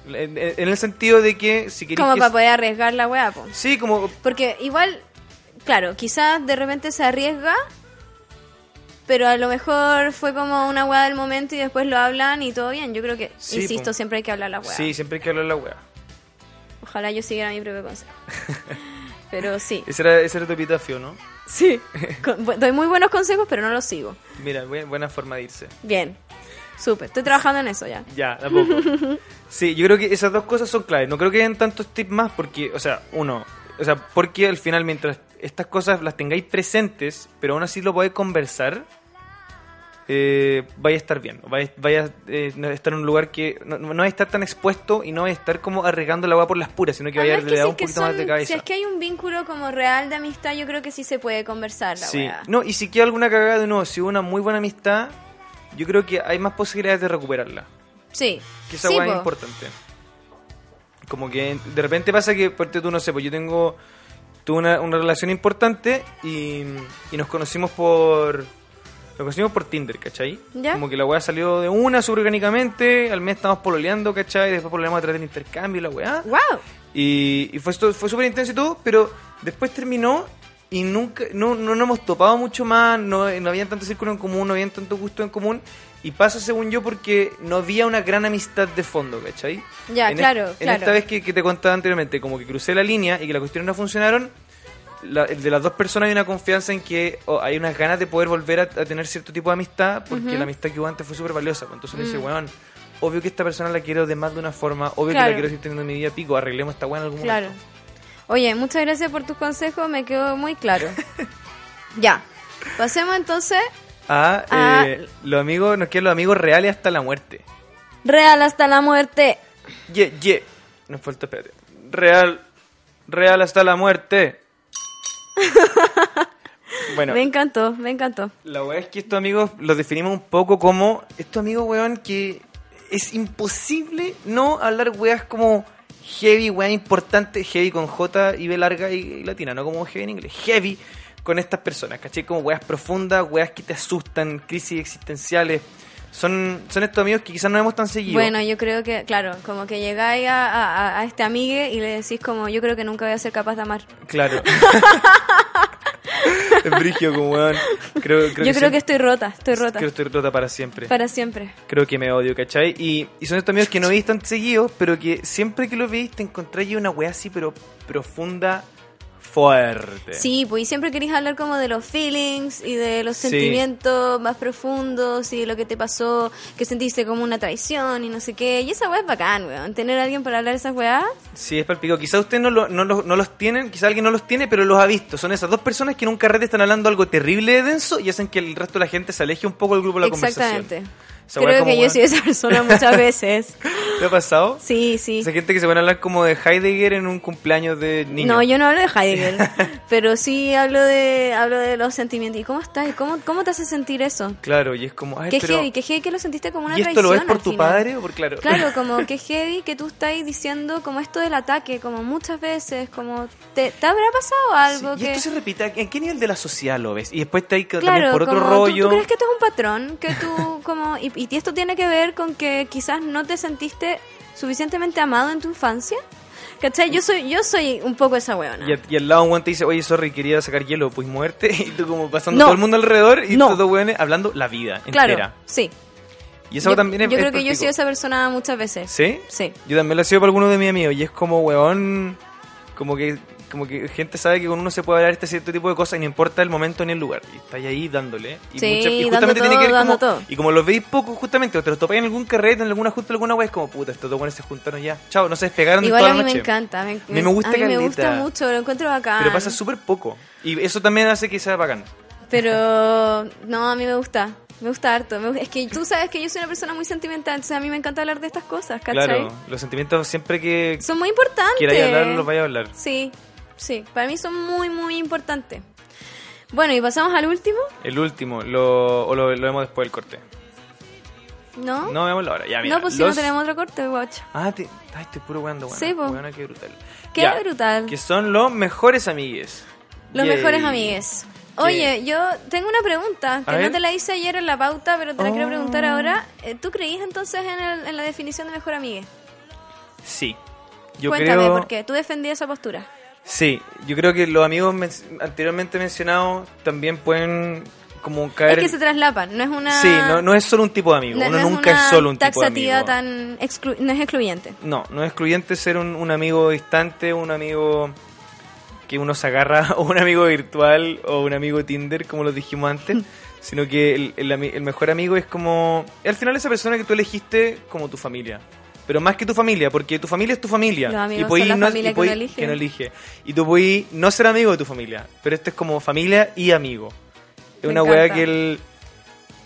Speaker 4: En, en- en el sentido de que si querís...
Speaker 3: Como
Speaker 4: que-
Speaker 3: para poder arriesgar la weá, po.
Speaker 4: Sí, como
Speaker 3: Porque igual, claro, quizás de repente se arriesga, pero a lo mejor fue como una weá del momento y después lo hablan y todo bien. Yo creo que,
Speaker 4: Sí,
Speaker 3: insisto,
Speaker 4: po.
Speaker 3: siempre hay que hablar la weá.
Speaker 4: Sí, siempre hay que hablar la weá.
Speaker 3: Ojalá yo siguiera mi propio consejo. pero sí,
Speaker 4: Ese era, ese era tu epitafio, ¿no?
Speaker 3: sí. Con- bu- doy muy buenos consejos, pero no los sigo.
Speaker 4: Mira, bu- buena forma de irse.
Speaker 3: Bien, súper. Estoy trabajando en eso ya.
Speaker 4: Ya, tampoco. sí, yo creo que esas dos cosas son claves. No creo que hayan tantos tips más porque, o sea, uno, o sea, porque al final mientras estas cosas las tengáis presentes, pero aún así lo podéis conversar, eh, vaya a estar bien. Vaya, vaya eh, no- estar en un lugar que no, no vaya a estar tan expuesto y no vaya a estar como arreglando la agua por las puras, sino que vaya a
Speaker 3: Además que
Speaker 4: le dar
Speaker 3: si
Speaker 4: un
Speaker 3: es que
Speaker 4: poquito más de
Speaker 3: son-
Speaker 4: cabeza.
Speaker 3: si es que hay un vínculo como real de amistad, yo creo que sí se puede conversar la
Speaker 4: Sí.
Speaker 3: weá.
Speaker 4: No, y si queda alguna cagada de nuevo, si hubo una muy buena amistad, yo creo que hay más posibilidades de recuperarla.
Speaker 3: Sí.
Speaker 4: Que esa
Speaker 3: Sí,
Speaker 4: weá es
Speaker 3: po.
Speaker 4: importante. Como que de repente pasa que, por tú no sé, pues yo tengo. Tuve una, una relación importante y, y nos conocimos por. Nos conocimos por Tinder, ¿cachai?
Speaker 3: Ya.
Speaker 4: Como que la weá salió de una súper orgánicamente, al mes estábamos pololeando, ¿cachai? Después pololeamos a través del intercambio y la weá.
Speaker 3: Wow.
Speaker 4: Y, y fue esto- fue súper intenso y todo, pero después terminó y nunca no, no nos hemos topado mucho más, no, no había tanto círculo en común, no había tanto gusto en común. Y pasa, según yo, porque no había una gran amistad de fondo, ¿cachai?
Speaker 3: Ya,
Speaker 4: En es-
Speaker 3: claro,
Speaker 4: En
Speaker 3: claro.
Speaker 4: esta vez que, que te contaba anteriormente, como que crucé la línea y que las cuestiones no funcionaron, la- de las dos personas hay una confianza en que oh, hay unas ganas de poder volver a, a tener cierto tipo de amistad, porque la amistad que hubo antes fue súper valiosa. pues. Entonces uno
Speaker 3: Mm.
Speaker 4: dice, weón, obvio que esta persona la quiero de más de una forma, obvio que
Speaker 3: Claro.
Speaker 4: la quiero seguir teniendo en mi vida pico, arreglemos esta weá en algún
Speaker 3: Claro.
Speaker 4: momento.
Speaker 3: Oye, muchas gracias por tus consejos, me quedó muy claro. ya. Pasemos entonces
Speaker 4: Ah,
Speaker 3: Ah.
Speaker 4: eh, los amigos, nos quieren los amigos reales hasta la muerte.
Speaker 3: real hasta la muerte.
Speaker 4: Ye, ye. Nos falta, espérate. Real, real hasta la muerte. bueno,
Speaker 3: Me encantó, me encantó.
Speaker 4: La weá es que estos amigos los definimos un poco como estos amigos, weón, que es imposible no hablar weas como heavy, weón, importante, heavy con J y B larga y, y latina, no como heavy en inglés, heavy con estas personas, ¿cachai? Como weas profundas, weas que te asustan, crisis existenciales. Son, son estos amigos que quizás no vemos tan seguido.
Speaker 3: Bueno, yo creo que, claro, como que llegáis a, a- a este amigue y le decís como, yo creo que nunca voy a ser capaz de amar.
Speaker 4: Claro. es brigio, como weón. Creo, creo
Speaker 3: yo creo
Speaker 4: siempre-
Speaker 3: que estoy rota, estoy rota.
Speaker 4: Creo que estoy rota para siempre.
Speaker 3: Para siempre.
Speaker 4: creo que me odio, ¿cachai? Y, y son estos amigos que no veis tan seguidos, pero que siempre que los veis te encontráis una weá así, pero profunda, fuerte.
Speaker 3: Sí, pues y siempre querés hablar como de los feelings y de los
Speaker 4: Sí.
Speaker 3: sentimientos más profundos y de lo que te pasó, que sentiste como una traición y no sé qué. Y esa weá es bacán, weón. Tener a alguien para hablar esas weá.
Speaker 4: Sí, es palpico. Quizá ustedes no, lo- no, los- no los tienen, quizá alguien no los tiene, pero los ha visto. Son esas dos personas que en un carrete están hablando algo terrible de denso y hacen que el resto de la gente se aleje un poco del grupo de la
Speaker 3: Exactamente.
Speaker 4: conversación. Esa weá
Speaker 3: Creo
Speaker 4: como,
Speaker 3: que yo
Speaker 4: weón,
Speaker 3: soy esa persona muchas veces.
Speaker 4: ¿Te ha pasado?
Speaker 3: Sí, sí.
Speaker 4: Esa gente que se van a hablar como de Heidegger en un cumpleaños de niño.
Speaker 3: No, yo no hablo de Heidegger, pero sí hablo de hablo de los sentimientos. ¿Y cómo estás? ¿Y ¿Cómo, cómo te hace sentir eso?
Speaker 4: Claro, y es como... Ay,
Speaker 3: qué
Speaker 4: pero...
Speaker 3: heavy, qué heavy que lo sentiste como una
Speaker 4: ¿Y esto
Speaker 3: traición
Speaker 4: lo ves por
Speaker 3: al
Speaker 4: tu
Speaker 3: final.
Speaker 4: padre o por claro?
Speaker 3: Claro, como que heavy que tú estás diciendo como esto del ataque, como muchas veces, como te, ¿te habrá pasado algo
Speaker 4: Sí,
Speaker 3: que
Speaker 4: Y esto se repite, ¿en qué nivel de la sociedad lo ves? Y después te hay que también
Speaker 3: claro,
Speaker 4: por otro
Speaker 3: como, ¿tú-
Speaker 4: rollo.
Speaker 3: ¿tú, crees que esto es un patrón que tú como y, y esto tiene que ver con que quizás no te sentiste suficientemente amado en tu infancia? ¿Cachai? Yo soy yo soy un poco esa weona.
Speaker 4: y, al- y al lado un weón te dice, oye, sorry, quería sacar hielo, pues muerte. Y tú como pasando
Speaker 3: No.
Speaker 4: todo el mundo alrededor y
Speaker 3: No.
Speaker 4: todos los weones hablando la vida
Speaker 3: claro,
Speaker 4: entera.
Speaker 3: sí.
Speaker 4: Y eso
Speaker 3: yo,
Speaker 4: también es
Speaker 3: yo
Speaker 4: es
Speaker 3: creo que yo he
Speaker 4: palpico.
Speaker 3: sido esa persona muchas veces.
Speaker 4: ¿Sí?
Speaker 3: Sí.
Speaker 4: Yo también lo he sido para algunos de mis amigos. Y es como, weón, como que como que gente sabe que con uno se puede hablar este cierto tipo de cosas y no importa el momento ni el lugar. Y estáis ahí dándole. Y,
Speaker 3: Sí,
Speaker 4: y
Speaker 3: dando todo, dando
Speaker 4: como,
Speaker 3: todo.
Speaker 4: Y como los veis poco, justamente, o te los topáis en algún carrete, en alguna justa, en alguna wea, es como, puta, estos dos weones se juntaron ya. Chao, no se despegaron
Speaker 3: Igual
Speaker 4: toda
Speaker 3: a mí
Speaker 4: la
Speaker 3: me
Speaker 4: noche.
Speaker 3: encanta. Me,
Speaker 4: mí me gusta
Speaker 3: a mí me
Speaker 4: caleta.
Speaker 3: gusta mucho, lo encuentro bacán.
Speaker 4: Pero pasa súper poco. Y eso también hace que sea bacán.
Speaker 3: Pero no, a mí me gusta. Me gusta harto. Me gu- es que tú sabes que yo soy una persona muy sentimental, entonces a mí me encanta hablar de estas cosas, ¿cachai?
Speaker 4: Claro, los sentimientos siempre que
Speaker 3: Son muy importantes.
Speaker 4: queráis hablar, los vais a hablar.
Speaker 3: Sí, sí. Para mí son muy, muy importantes. Bueno, y pasamos al último,
Speaker 4: El último, lo, o lo, lo vemos después del corte.
Speaker 3: ¿no?
Speaker 4: No, vemos la hora. Ya, mira,
Speaker 3: ¿Ah? No, pues si no
Speaker 4: los-
Speaker 3: tenemos otro corte, guacho.
Speaker 4: Ah, te, ay, estoy puro weando, weona.
Speaker 3: Sí, po.
Speaker 4: Weona, qué brutal.
Speaker 3: Qué brutal.
Speaker 4: Que son los mejores amigues.
Speaker 3: Los
Speaker 4: Yay.
Speaker 3: mejores amigues.
Speaker 4: Yay.
Speaker 3: Oye, yo tengo una pregunta que
Speaker 4: A
Speaker 3: no
Speaker 4: ver.
Speaker 3: te la hice ayer en la pauta, pero te la quiero
Speaker 4: Oh.
Speaker 3: preguntar ahora. Eh, ¿Tú creís entonces en, el- en la definición de mejor amigue?
Speaker 4: Sí. Yo
Speaker 3: Cuéntame,
Speaker 4: creo...
Speaker 3: porque tú defendías esa postura.
Speaker 4: Sí, yo creo que los amigos men- anteriormente mencionados también pueden como
Speaker 3: Es
Speaker 4: caer...
Speaker 3: que se traslapan, no es una.
Speaker 4: Sí, no, no es solo un tipo de amigo.
Speaker 3: no-
Speaker 4: Uno
Speaker 3: no
Speaker 4: nunca
Speaker 3: una
Speaker 4: es solo un tipo de amigo.
Speaker 3: taxativa tan. exclu- no es excluyente.
Speaker 4: No, no es excluyente ser un, un amigo distante, un amigo que uno se agarra, o un amigo virtual, o un amigo Tinder, como lo dijimos antes, sino que el, el ami- el mejor amigo es como, al final esa persona que tú elegiste como tu familia. Pero más que tu familia, porque tu familia es tu familia.
Speaker 3: Los amigos
Speaker 4: y podí
Speaker 3: son la
Speaker 4: no,
Speaker 3: familia
Speaker 4: y
Speaker 3: que
Speaker 4: podí-
Speaker 3: uno elige.
Speaker 4: que no elige. Y tú puedes no ser amigo de tu familia, pero este es como familia y amigo. Es
Speaker 3: Me
Speaker 4: una weá
Speaker 3: encanta.
Speaker 4: que el,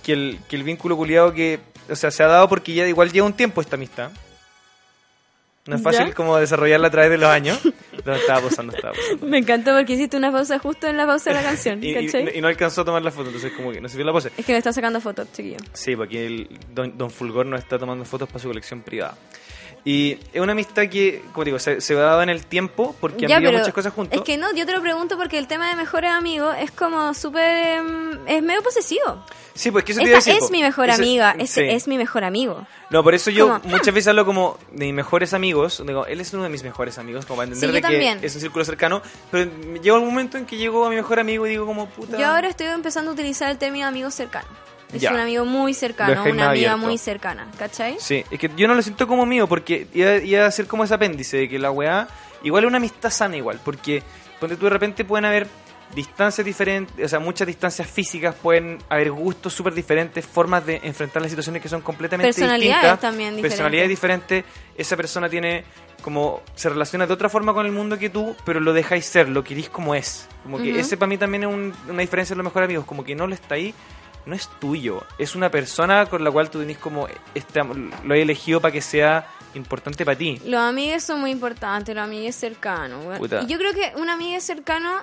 Speaker 4: que el, que el vínculo culiado que, o sea, se ha dado porque ya igual lleva un tiempo esta amistad. No es fácil
Speaker 3: ¿Ya?
Speaker 4: como desarrollarla a través de los años. No, estaba posando, estaba posando.
Speaker 3: Me encantó porque hiciste una pausa justo en la pausa de la canción,
Speaker 4: Y, y-
Speaker 3: ¿cachai?
Speaker 4: y no alcanzó a tomar la foto, entonces como que no se vio la pose.
Speaker 3: es que me está sacando fotos, chiquillo.
Speaker 4: Sí, porque el don, don Fulgor nos está tomando fotos para su colección privada. Y es una amistad que, como digo, se, se daba en el tiempo porque han vivido muchas cosas juntos.
Speaker 3: Es que no, yo te lo pregunto porque el tema de mejores amigos es como súper. em, es medio posesivo.
Speaker 4: sí, pues que eso te iba a
Speaker 3: Esta
Speaker 4: decir,
Speaker 3: es
Speaker 4: po.
Speaker 3: mi mejor
Speaker 4: Ese-
Speaker 3: amiga, ese
Speaker 4: sí.
Speaker 3: es mi mejor amigo.
Speaker 4: No, por eso yo
Speaker 3: Como, ah.
Speaker 4: muchas veces hablo como de mis mejores amigos. Digo, él es uno de mis mejores amigos, como para entender
Speaker 3: Sí,
Speaker 4: de
Speaker 3: yo también.
Speaker 4: que es un círculo cercano. Pero llega un momento en que llego a mi mejor amigo y digo como, puta...
Speaker 3: Yo ahora estoy empezando a utilizar el término amigo cercano. Es
Speaker 4: Ya.
Speaker 3: un amigo muy cercano,
Speaker 4: Dejáis
Speaker 3: una
Speaker 4: más
Speaker 3: amiga
Speaker 4: abierto.
Speaker 3: muy cercana, ¿cachai?
Speaker 4: Sí, es que yo no lo siento como mío, porque iba, iba a ser como ese apéndice de que la weá, igual es una amistad sana igual, porque ponte tú de repente pueden haber distancias diferentes, o sea, muchas distancias físicas, pueden haber gustos súper diferentes, formas de enfrentar las situaciones que son completamente
Speaker 3: Personalidades
Speaker 4: distintas.
Speaker 3: también diferentes.
Speaker 4: Personalidades diferentes. Esa persona tiene como, se relaciona de otra forma con el mundo que tú, pero lo dejáis ser, lo querís como es. Como que
Speaker 3: Ujú.
Speaker 4: ese para mí también es un- una diferencia de los mejores amigos, como que no lo está ahí no es tuyo, es una persona con la cual tú tenés como este, am- lo he elegido para que sea importante para ti.
Speaker 3: Los amigos son muy importantes, los amigos cercanos. weón.
Speaker 4: Puta.
Speaker 3: Y yo creo que un amigo cercano,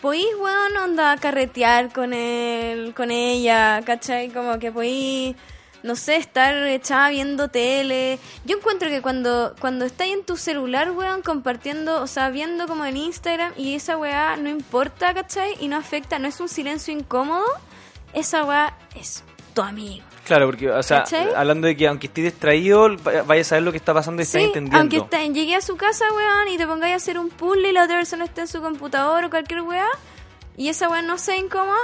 Speaker 3: podís, weón, onda, carretear con él, con ella, ¿cachai? Como que podís, no sé, estar echada viendo tele. Yo encuentro que cuando, cuando estáis en tu celular, weón, compartiendo, o sea, viendo como en Instagram y esa weá no importa, ¿cachai? Y no afecta, no es un silencio incómodo, esa weá es tu amigo.
Speaker 4: Claro, porque, o sea,
Speaker 3: ¿Cachai?
Speaker 4: hablando de que aunque estés distraído, va- vayas a saber lo que está pasando y estás entendiendo.
Speaker 3: Aunque está, llegué a su casa, weón, y te pongáis a hacer un puzzle y la otra persona está en su computador o cualquier weá, y esa weá no se incómoda,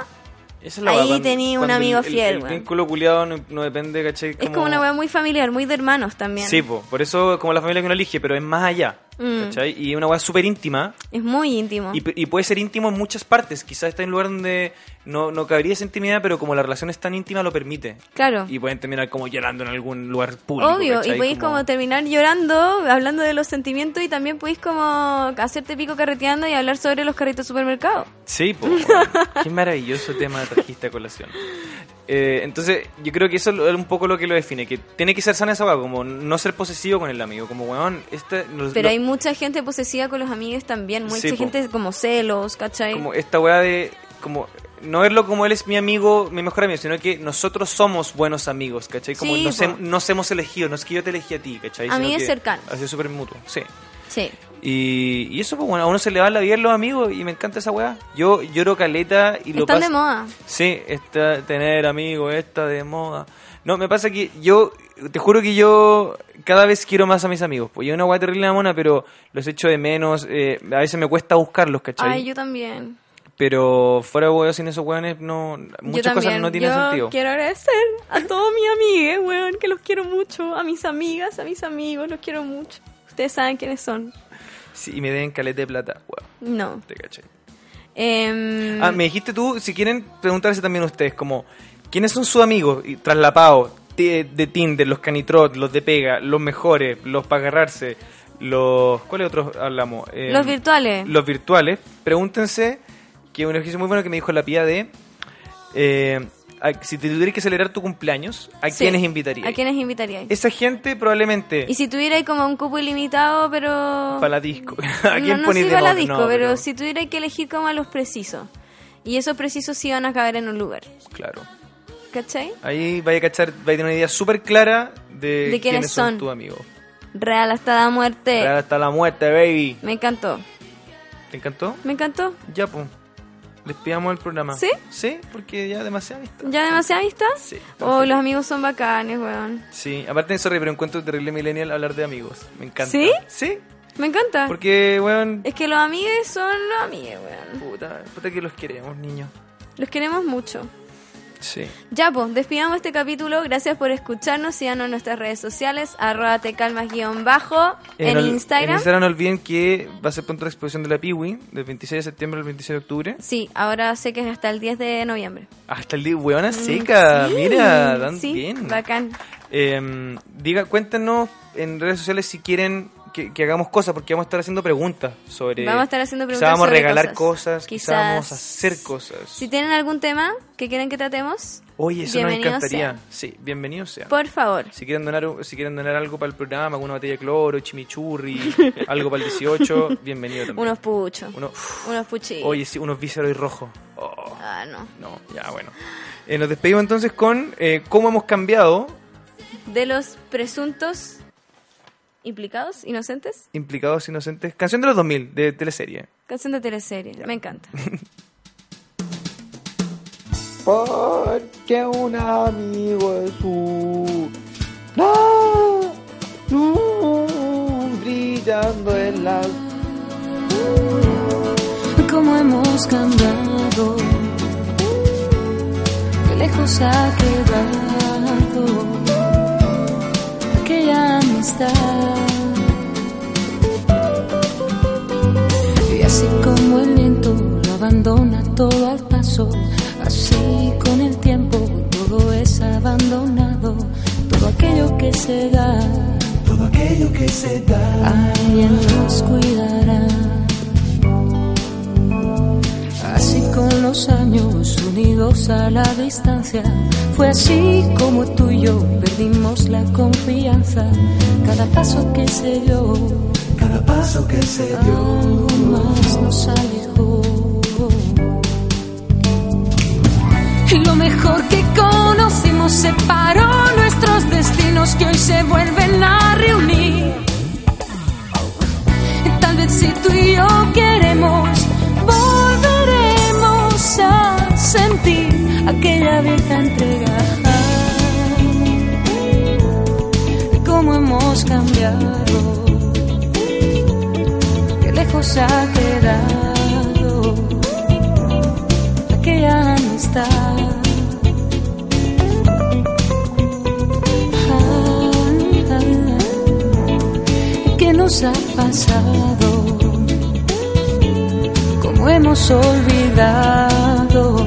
Speaker 4: Esa es la
Speaker 3: ahí
Speaker 4: weá, cuando-
Speaker 3: tení un
Speaker 4: cuando
Speaker 3: amigo
Speaker 4: el- el-
Speaker 3: fiel,
Speaker 4: El,
Speaker 3: weón.
Speaker 4: vínculo culiado no, no depende, ¿cachai?
Speaker 3: es como una weá muy familiar, muy de hermanos también.
Speaker 4: Sí, po, por eso es como la familia que uno elige, pero es más allá.
Speaker 3: Mm. Ah.
Speaker 4: ¿Cachai? Y una weá súper íntima,
Speaker 3: Es muy íntimo.
Speaker 4: Y, pu- y puede ser íntimo en muchas partes. Quizás está en un lugar donde no, no cabría esa intimidad, pero como la relación es tan íntima, lo permite.
Speaker 3: Claro.
Speaker 4: Y pueden terminar como llorando en algún lugar público.
Speaker 3: Obvio, y
Speaker 4: ¿cachai?
Speaker 3: podéis como... terminar llorando, hablando de los sentimientos, y también podéis como hacerte pico carreteando y hablar sobre los carritos de supermercado.
Speaker 4: Sí, po, weón. qué maravilloso tema trajiste a colación. Eh, entonces, yo creo que eso es un poco lo que lo define, que tiene que ser sana esa vaga, como no ser posesivo con el amigo, como weón, este, los-
Speaker 3: Pero
Speaker 4: lo-
Speaker 3: hay mucha gente posesiva con los amigos también, mucha
Speaker 4: Sí, po.
Speaker 3: gente como celos, ¿cachai?
Speaker 4: como esta weá de como no verlo como él es mi amigo, mi mejor amigo, sino que nosotros somos buenos amigos, ¿cachai? Como
Speaker 3: Sí,
Speaker 4: nos,
Speaker 3: po.
Speaker 4: hem- nos hemos elegido, no es que yo te elegí a ti, ¿cachai?
Speaker 3: A
Speaker 4: Sino
Speaker 3: mí es
Speaker 4: que
Speaker 3: cercano.
Speaker 4: Ha sido súper mutuo, sí.
Speaker 3: Sí.
Speaker 4: Y, y eso, pues bueno, a uno se le va la vida en los amigos y me encanta esa weá. Yo lloro caleta y lo
Speaker 3: Están de
Speaker 4: paso-
Speaker 3: moda.
Speaker 4: Sí, esta, tener amigos, esta de moda. No, me pasa que yo, te juro que yo cada vez quiero más a mis amigos. Pues yo una weá terrible la mona, pero los echo de menos. eh, a veces me cuesta buscarlos, ¿cachai?
Speaker 3: Ay, yo también.
Speaker 4: Pero fuera de huevo, sin esos hueones, no, muchas
Speaker 3: yo
Speaker 4: cosas
Speaker 3: también.
Speaker 4: no tienen
Speaker 3: Yo
Speaker 4: sentido.
Speaker 3: Quiero agradecer a todos mis amigues, weón, que los quiero mucho, a mis amigas, a mis amigos, los quiero mucho. Ustedes saben quiénes son.
Speaker 4: Sí, y me den caleta de plata, huevo,
Speaker 3: No.
Speaker 4: te caché.
Speaker 3: Em,
Speaker 4: Ah, me dijiste tú, si quieren preguntarse también ustedes, como, ¿quiénes son sus amigos? Y Traslapao, de, eh, de Tinder, los canitrot, los de pega, los mejores, los para agarrarse, los... ¿Cuáles otros hablamos? Eh,
Speaker 3: Los virtuales.
Speaker 4: Los virtuales. Pregúntense, que un ejercicio muy bueno que me dijo la pía de... eh, a- si te tuvieras que celebrar tu cumpleaños, ¿a
Speaker 3: sí.
Speaker 4: quiénes invitarías?
Speaker 3: ¿A quiénes invitaría?
Speaker 4: Esa gente probablemente...
Speaker 3: Y si tuviera como un cupo ilimitado, pero...
Speaker 4: Para la disco. ¿A
Speaker 3: no,
Speaker 4: quién
Speaker 3: no
Speaker 4: ponís
Speaker 3: sí
Speaker 4: de
Speaker 3: para la
Speaker 4: mono?
Speaker 3: disco,
Speaker 4: No,
Speaker 3: pero, si tuviera que elegir como a los precisos. Y esos precisos sí van a caber en un lugar.
Speaker 4: Claro.
Speaker 3: ¿Cachai?
Speaker 4: Ahí vaya a cachar, vaya a tener una idea súper clara de,
Speaker 3: quiénes son? Eh.
Speaker 4: tus amigos.
Speaker 3: Real hasta la muerte.
Speaker 4: Real hasta la muerte, baby.
Speaker 3: Me encantó.
Speaker 4: ¿Te encantó?
Speaker 3: Me encantó.
Speaker 4: Ya, pues. Despidamos el programa.
Speaker 3: ¿Sí?
Speaker 4: Sí, porque ya demasiado vista.
Speaker 3: ¿Ya demasiada amistad?
Speaker 4: Sí, estamos
Speaker 3: Oh,
Speaker 4: felices.
Speaker 3: los amigos son bacanes, weón.
Speaker 4: Sí, aparte, sorry, pero encuentro terrible millennial hablar de amigos. Me encanta.
Speaker 3: ¿Sí?
Speaker 4: Sí,
Speaker 3: Me encanta.
Speaker 4: porque, weón,
Speaker 3: Es que los amigues son los amigues, weón.
Speaker 4: puta, puta que los queremos, niños.
Speaker 3: Los queremos mucho.
Speaker 4: Sí.
Speaker 3: Ya, pues, despidamos este capítulo. Gracias por escucharnos. Síganos en nuestras redes sociales. Arroba te calmas guión bajo. En,
Speaker 4: el- En
Speaker 3: Instagram.
Speaker 4: Instagram Eh, no olviden que va a ser pronto la exposición de la Piwi, del 26 de septiembre al 26 de octubre.
Speaker 3: Sí, ahora sé que es hasta el 10 de noviembre.
Speaker 4: Hasta el día, weona seca,
Speaker 3: Mm, Sí,
Speaker 4: Ah, mira, tan
Speaker 3: sí,
Speaker 4: bien.
Speaker 3: bacán.
Speaker 4: Eh, diga, cuéntenos en redes sociales si quieren que, que hagamos cosas, porque vamos a estar haciendo preguntas sobre.
Speaker 3: Vamos a estar haciendo
Speaker 4: quizá
Speaker 3: preguntas
Speaker 4: vamos
Speaker 3: sobre
Speaker 4: a regalar
Speaker 3: cosas.
Speaker 4: cosas,
Speaker 3: Quizás-
Speaker 4: quizá vamos a hacer cosas.
Speaker 3: Si tienen algún tema que quieren que tratemos,
Speaker 4: Oye, eso nos
Speaker 3: bienvenidos
Speaker 4: encantaría.
Speaker 3: sean.
Speaker 4: Sí, bienvenido sea.
Speaker 3: por favor.
Speaker 4: Si quieren, donar, un- si quieren donar algo para el programa, alguna botella de cloro, chimichurri, algo para el 18, bienvenido también.
Speaker 3: Unos puchos.
Speaker 4: Uno-
Speaker 3: unos puchitos.
Speaker 4: Oye, sí, unos vísceros y rojos. Oh.
Speaker 3: Ah, no.
Speaker 4: No, ya, bueno. Eh, nos despedimos entonces con eh, cómo hemos cambiado,
Speaker 3: De los presuntos implicados, inocentes.
Speaker 4: implicados inocentes. Canción de los 2000, de teleserie.
Speaker 3: Canción de teleserie, me encanta.
Speaker 10: Porque un amigo es un ¡Ah! luz brillando en las
Speaker 9: cómo hemos cambiado. Que lejos ha quedado aquella amistad. Y así como el viento lo abandona todo al paso, así con el tiempo todo es abandonado, todo aquello que se da, todo aquello que se da, alguien nos cuidará. Así con los años unidos a la distancia, fue así como tú y yo perdimos la confianza. Cada paso que se dio, cada paso que se dio, algo más nos alejó.
Speaker 11: Y lo mejor que conocimos separó nuestros destinos que hoy se vuelven a reunir. Tal vez si tú y yo queremos, volveremos a sentir aquella vieja entrega.
Speaker 9: cómo hemos cambiado, qué lejos ha quedado aquella amistad. Ay, ay, ay, ¿Qué nos ha pasado? ¿Cómo hemos olvidado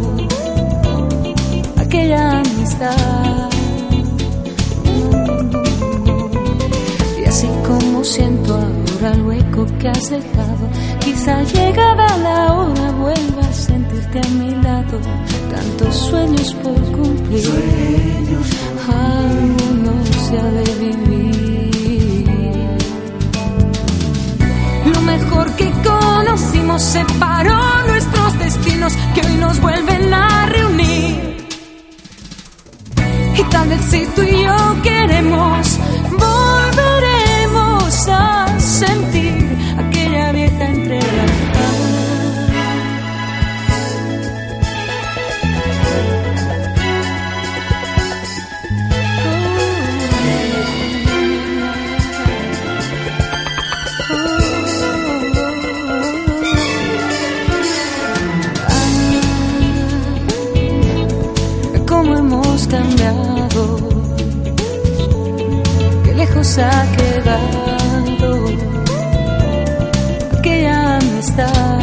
Speaker 9: aquella amistad? Mm. Y así como siento ahora el hueco que has dejado, quizá llegada la hora vuelva a sentirte a mi lado. Tantos sueños por cumplir, alguno se ha de vivir.
Speaker 11: Lo mejor que conocimos separó nuestros destinos que hoy nos vuelven a reunir. Y tal vez si tú y yo queremos, volveremos a sentir aquella vieja entrega.
Speaker 9: cómo hemos cambiado, qué lejos ha quedado aquella amistad.